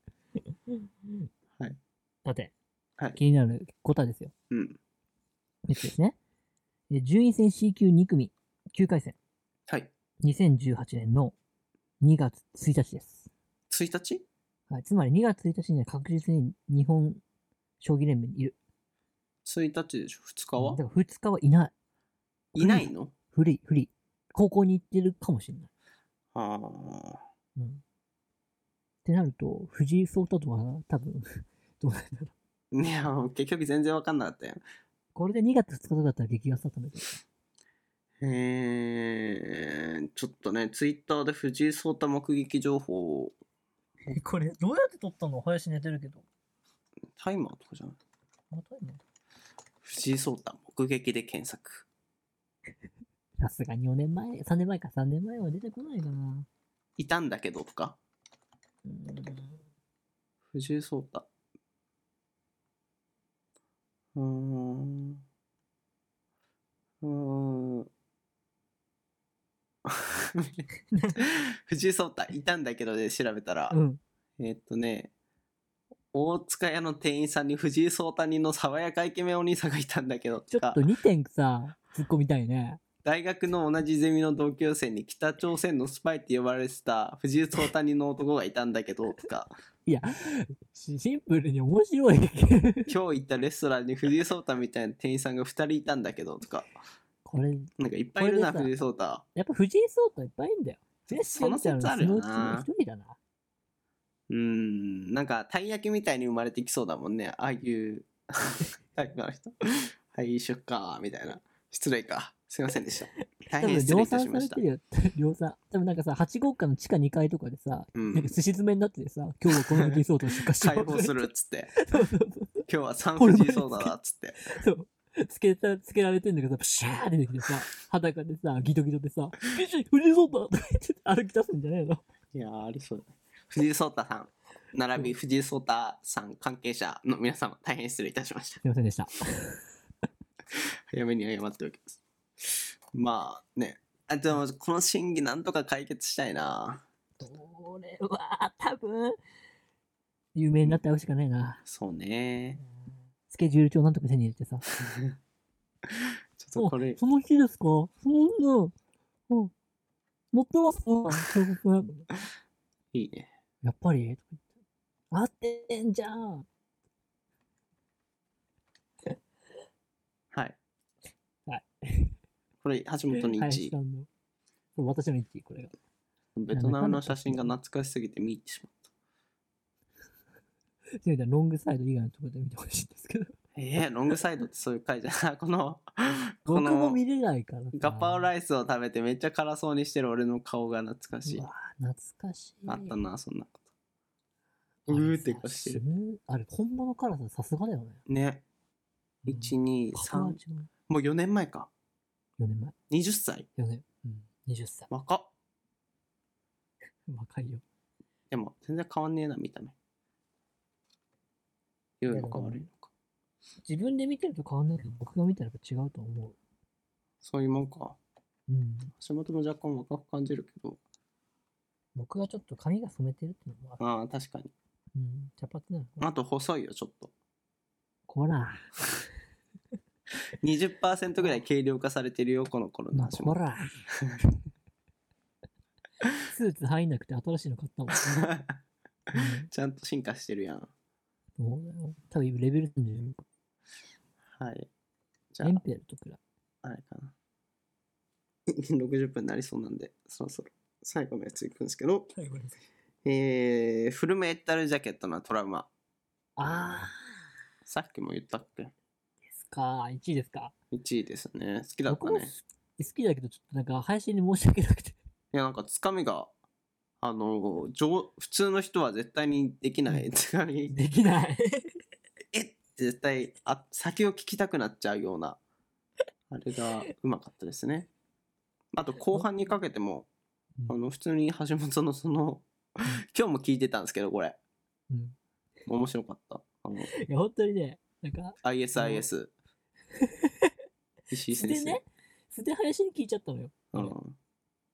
はい。
さて、
はい
気になる答えですよ。
うん。
ですですね。で順位戦 C 級2組、9回戦、
はい。
2018年の2月1日です。
1日
はい、つまり2月1日には確実に日本将棋連盟にいる。
?1 日でしょ ?2 日
だか
は
ら2日はいない。
いないの
フリー、フリー。高校に行ってるかもしれない。
あ
うん。ってなると、藤井聡太とは多分、 どうなんだろう。
あ。いや、もう結局全然わかんなかったよ。
これで2月2日とかだったら激安だったんだけど。
えー、ちょっとね、ツイッターで藤井聡太目撃情報を
これ、どうやって撮ったの林寝てるけど。
タイマーとかじゃない
また今
藤井聡太目撃で検索。
さすがに4年前、3年前か、3年前は出てこないかな。
いたんだけどとか
うーん
藤井聡太。うーん。うーん。藤井聡太いたんだけどで調べたら、
うん。
えーっとね大塚屋の店員さんに藤井聡太にの爽やかイケメンお兄さんがいたんだけど
ちょ
と
っ
か
と2点さ、突っ込みたいね。
大学の同じゼミの同級生に北朝鮮のスパイって呼ばれてた藤井聡太にの男がいたんだけどと か
いや、シシンプルに面白い。
今日行ったレストランに藤井聡太みたいな店員さんが2人いたんだけどとか
これ、
なんかいっぱいいるな
これ
藤
で
井聡太
やっぱ藤井聡太いっぱいいんだよ。フレッシュみたいな
その説ある
その
よ
うち
な
の一人だな。
うーんなんかたい焼きみたいに生まれてきそうだもんねああいう タイプの人はい一緒かみたいな失礼かすいませんでした大
多
変
分
失礼
量
いたし
産さ
ま
れ
した
てるよ。 量産。多分なんかさ、8号館の地下2階とかでさ、
うん
なんかすし詰めになっててさ、今日はこの藤井聡太を出荷しよう
解放するっつって
そうそうそう
今日は三藤井聡太だっつって
そう。つけた、つけられてんだけどさ、プシャーって出てきてさ、裸でさ、ギトギトでさ、藤井聡太とか言って歩き出すんじゃねえの
いやーありそうだね藤井聡太さん並び藤井聡太さん関係者の皆様大変失礼いたしました
すいませんでした。
早めに謝っておきますまあねあでもこの審議なんとか解決したいな
これは、多分、有名になって会うしかないな。
そうね
スケジュール帳なんとか手に入れてさ、
ちょっとこれ
その日ですかそんな、うん、持ってます広告
いいね
やっぱり合ってんじゃん。
はい
はい
これ橋本の
林
1
さんのそう私の1位、これが。
ベトナムの写真が懐かしすぎて見入ってしまっ
せめてロングサイド以外のところで見てほしいんですけど。
たえー、ロングサイドってそういう回じゃんこのこ
僕も
の
見れないからさ。
ガッパオライスを食べてめっちゃ辛そうにしてる俺の顔が懐かしいう
わ懐かしい。
あったな、そんなこ
あ
と。
れ
うー
さ。
って顔してる
死。ぬあれ、本物からさ、さすがだよね。
ね。
うん
1、2、3。
格
も
が違う
う4年前か。
4年前。
20歳
4年。うん。20歳。
若っ。
若いよ。
いでも全然変わんねえな、見た目。良いのか悪いのか。
自分で見てると変わんないけど、僕が見たらやっぱ違うと思う。
そういうもんか。
うん。
足元も若干若く感じるけど。
僕がちょっと髪が染めてるってのもあ
あ
る。
あ、確かに。
うん。茶髪なのかな。
あと細いよ、ちょっと。
こら。
20%ぐらい軽量化されてるよ、この頃の
まあ、
足
こ
元。
ら。スーツ入んなくて新しいの買ったもん。 うん
ちゃんと進化してるやん。
そうだよ。多分今レベル36。
はい。じゃ
エンペルとくらい。
あ、あれかな。60分になりそうなんで、そろそろ最後のやついくんですけど、えー、フルメタルジャケットなトラウマ。
あ
さっきも言ったっけ
ー、ですか。1位ですか。
1位ですね。好きだっ
僕
た
も
ね。
好きだけど、ちょっとなんか配信に申し訳なく て。
いや、なんかつかみが、あの、上普通の人は絶対に できない。つかみ、
できない。
えっって絶対あ、先を聞きたくなっちゃうような、あれがうまかったですね。あと、後半にかけても、あの、普通に橋本のその、 今日も聞いてたんですけど、これ。
うん
面白かった。あ の、
いや、本当にね、なんか、
ISIS。石井
素
先
で
生。
ね、素で林に聞いちゃったのよ。
う
あ
ん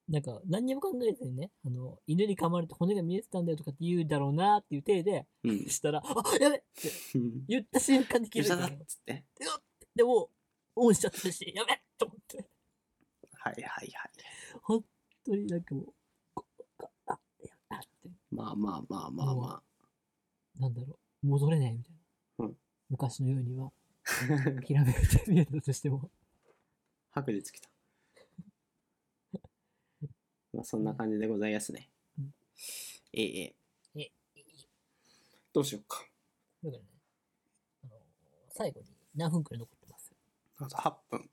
れ。なんか、何にも考えずにね、あの、犬に噛まれて骨が見えてたんだよとかって言うだろうなっていう体で、
うん。
したら、あやべって言った瞬間に気づ
吉
いた
田
の
だっ
よ。
つって。
でも、オンしちゃったし、やべと思って。
はいはいはい。
本当になんかもう、ここあ、やばって、
まあまあまあまあま
なんだろう、戻れないみたいな。
うん
昔のようには、
あ。
諦めて見えたとしても。
白日 来た。まあそんな感じでございますね
うん。
ええ
いい
どうしようか。
だからね、あの、最後に何分くらい残ってます
あと8分。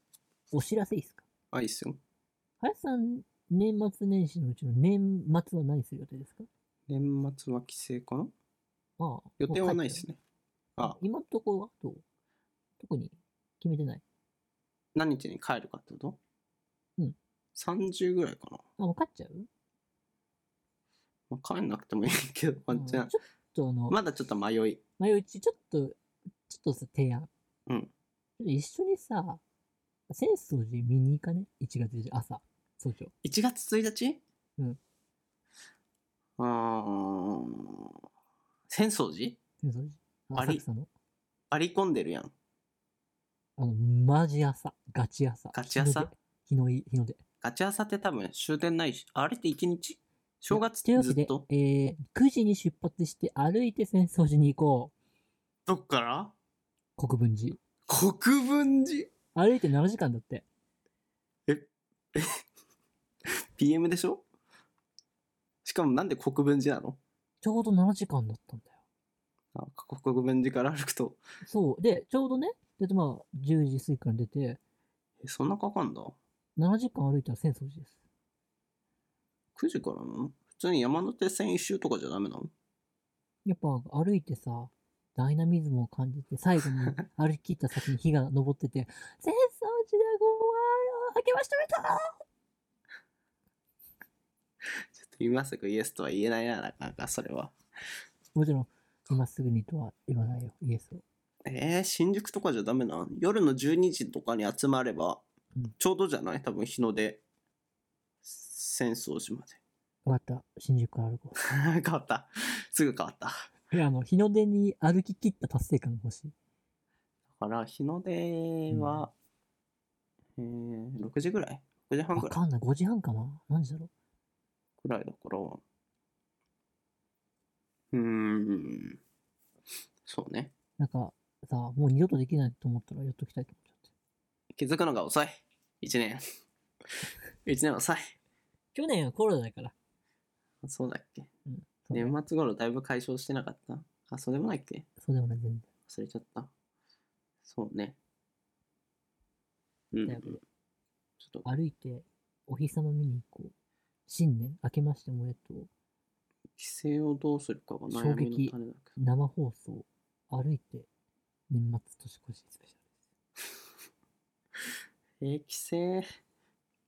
お知らせいいですか
あ、いいっすよ。
林さん、年末年始のうちの年末は何する予定ですか
年末は帰省かな
ああ。
予定はないっ
ですね。
ね。あ、
今のところはどう特に決めてない。
何日に帰るかってこと
うん。
30ぐらいかな。
あ、もう帰っちゃう
まあ、帰んなくてもいいけど、ワンチャ
うん
ン
ち。ょっとあの、
まだちょっと迷い。
前うちちょっと、ちょっとさ、提案。
うん。
一緒にさ、浅草寺見に行かね ?1 月1日朝、早朝。
1月1日
うん。
うーん。浅草寺
浅草寺。
あり
浅草の。
バリ込んでるやん。
あの、マジ朝。ガチ朝。
ガチ朝
日の出日の出。
ガチ朝って多分終点ないし、あれって1日正月ってずっと
というわけで、えー9時に出発して歩いて浅草寺に行こ
どっから
う。国分寺。
国分寺
歩いて7時間だって。
?PM でしょしかもなんで国分寺なの
ちょうど7時間だったんだよ。
なんか国分寺から歩くと、
そう。で、ちょうどね、だってまあ、10時過ぎから出て、
え、そんなかかんだ
7時間歩いたら浅草寺です。
?9 時からなの普通に山手線一周とかじゃダメなの
やっぱ歩いてさ、ダイナミズムを感じて、最 後に歩き切った先に火が昇ってて、浅草寺だごわよ明けましておめでとう
ちょっと今すぐイエスとは言えないな、なかなかそれは。
もちろん、今すぐにとは言わないよ、イエスを。
えー、新宿とかじゃダメな夜の12時とかに集まれば、
うん
ちょうどじゃない多分日の出戦争時ま
終わった、新宿から歩こ
で 変わったすぐ変わっただ
う。いや、あの、日の出に歩き切った達成感が欲しい。
から日の出は、えー6時ぐらい6時半
わ
ぐらい
かんない、5時半かな何時だろう
ぐらいだからうーんそうね
なんかさ、もう二度とできないと思ったらやっときたいと思っちゃって。
気づくのが遅い1年1年遅い
去年はコロナだから。
そうだっけ
うん、そうだよ
年末頃だいぶ解消してなかったあそうでもないっけ
そうでもない、全
忘れちゃった。そうね。うんうん。
然。
ちょっと、
歩いて、お日様見に行こう。新年、明けましておめでとう。
規制をどうするかが悩みの種だけ
生放送、歩いて、年末年越しスペシ
ど。えー、規制、規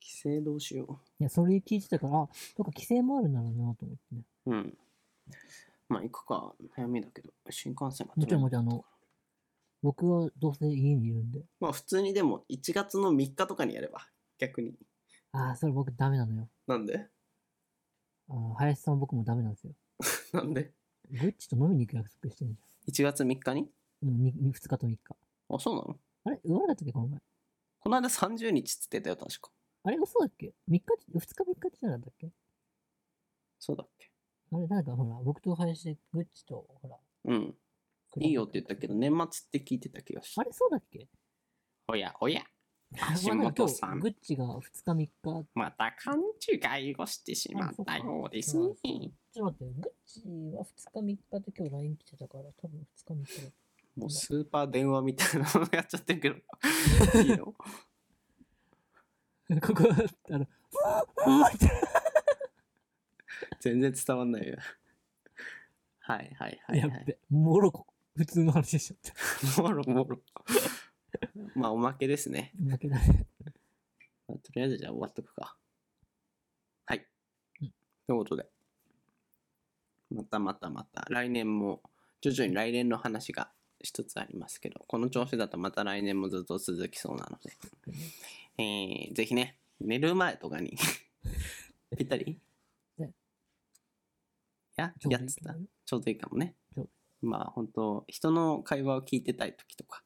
制どうしよ
ャル。いや、それ聞いてたから、あ、そうか、規制もあるならなと思ってね。
う。うん。まあ行くか悩みだけど新幹線が
もちろんも
取れ
ちろん、あ
なかった
の、僕はどうせ家にいるんで。
まあ普通にでも1月の3日とかにやれば逆に
ああ、それ僕ダメなのよ。
なんで
あの林さんも僕もダメなんですよ。
なんで
グッチと飲みに行く約束してる
1
じ
月3日に
ゃん。うん、にに2日と3日。
あそうなの
あれ上だったっけこの前。
この間30日っつってたよ確か
あれ嘘だっけ ?3 日、2日3日ってじゃなかったっけ
そうだっけ
あれなんかほら、僕と林でグッチとほら、
うん
クラブ
いいよって言ったけど年末って聞いてた気がし
あ
て
れそうだっけ
おやおや橋
まあなんか
本さん
今日グッチが2日3日。ちょっ
また勘違いをしてしまったようですね
あと待ってよ、グッチは2日3日で今日 LINE 来てたから、多分2日3日だ。
もうスーパー電話みたいなのやっちゃってるけ どいいの
ここ、あの、 うーって
全然伝わんないよはいはいはい、
や
は
っ
い、
べ、もろこ、普通の話しちゃった。
もろもろまあおまけですね
負けだね。
まあとりあえずじゃあ終わっとくか。はい。
うん
ということで。またまたまた。来年も、徐々に来年の話が一つありますけど、この調子だとまた来年もずっと続きそうなので。えー、ぜひね、寝る前とかに ぴったり
ね
や、
ちょうど
や
い
っ
い
つ
け
た
どね。
ちょうどいいかもね
ちょうど。
まあ本当人の会話を聞いてたい時とか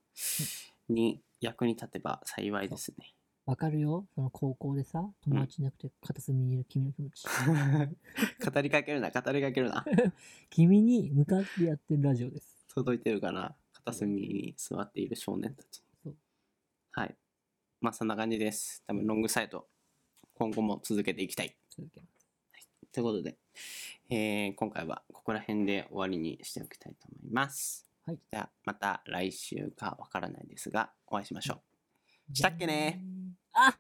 に役に立てば幸いですね。
わかるよ。その高校でさ、友達いなくて片隅にいる君の気持ち。
語りかけるな語りかけるな
君に向かってやってるラジオです。
届いてるかな片隅に座っている少年たち
そう
はいまあそんな感じです多分ロングサイト今後も続けていきたい
続けます
ということで、えー今回はここら辺で終わりにしておきたいと思います
はい。
じゃあまた来週かわからないですがお会いしましょうしたっけね
あ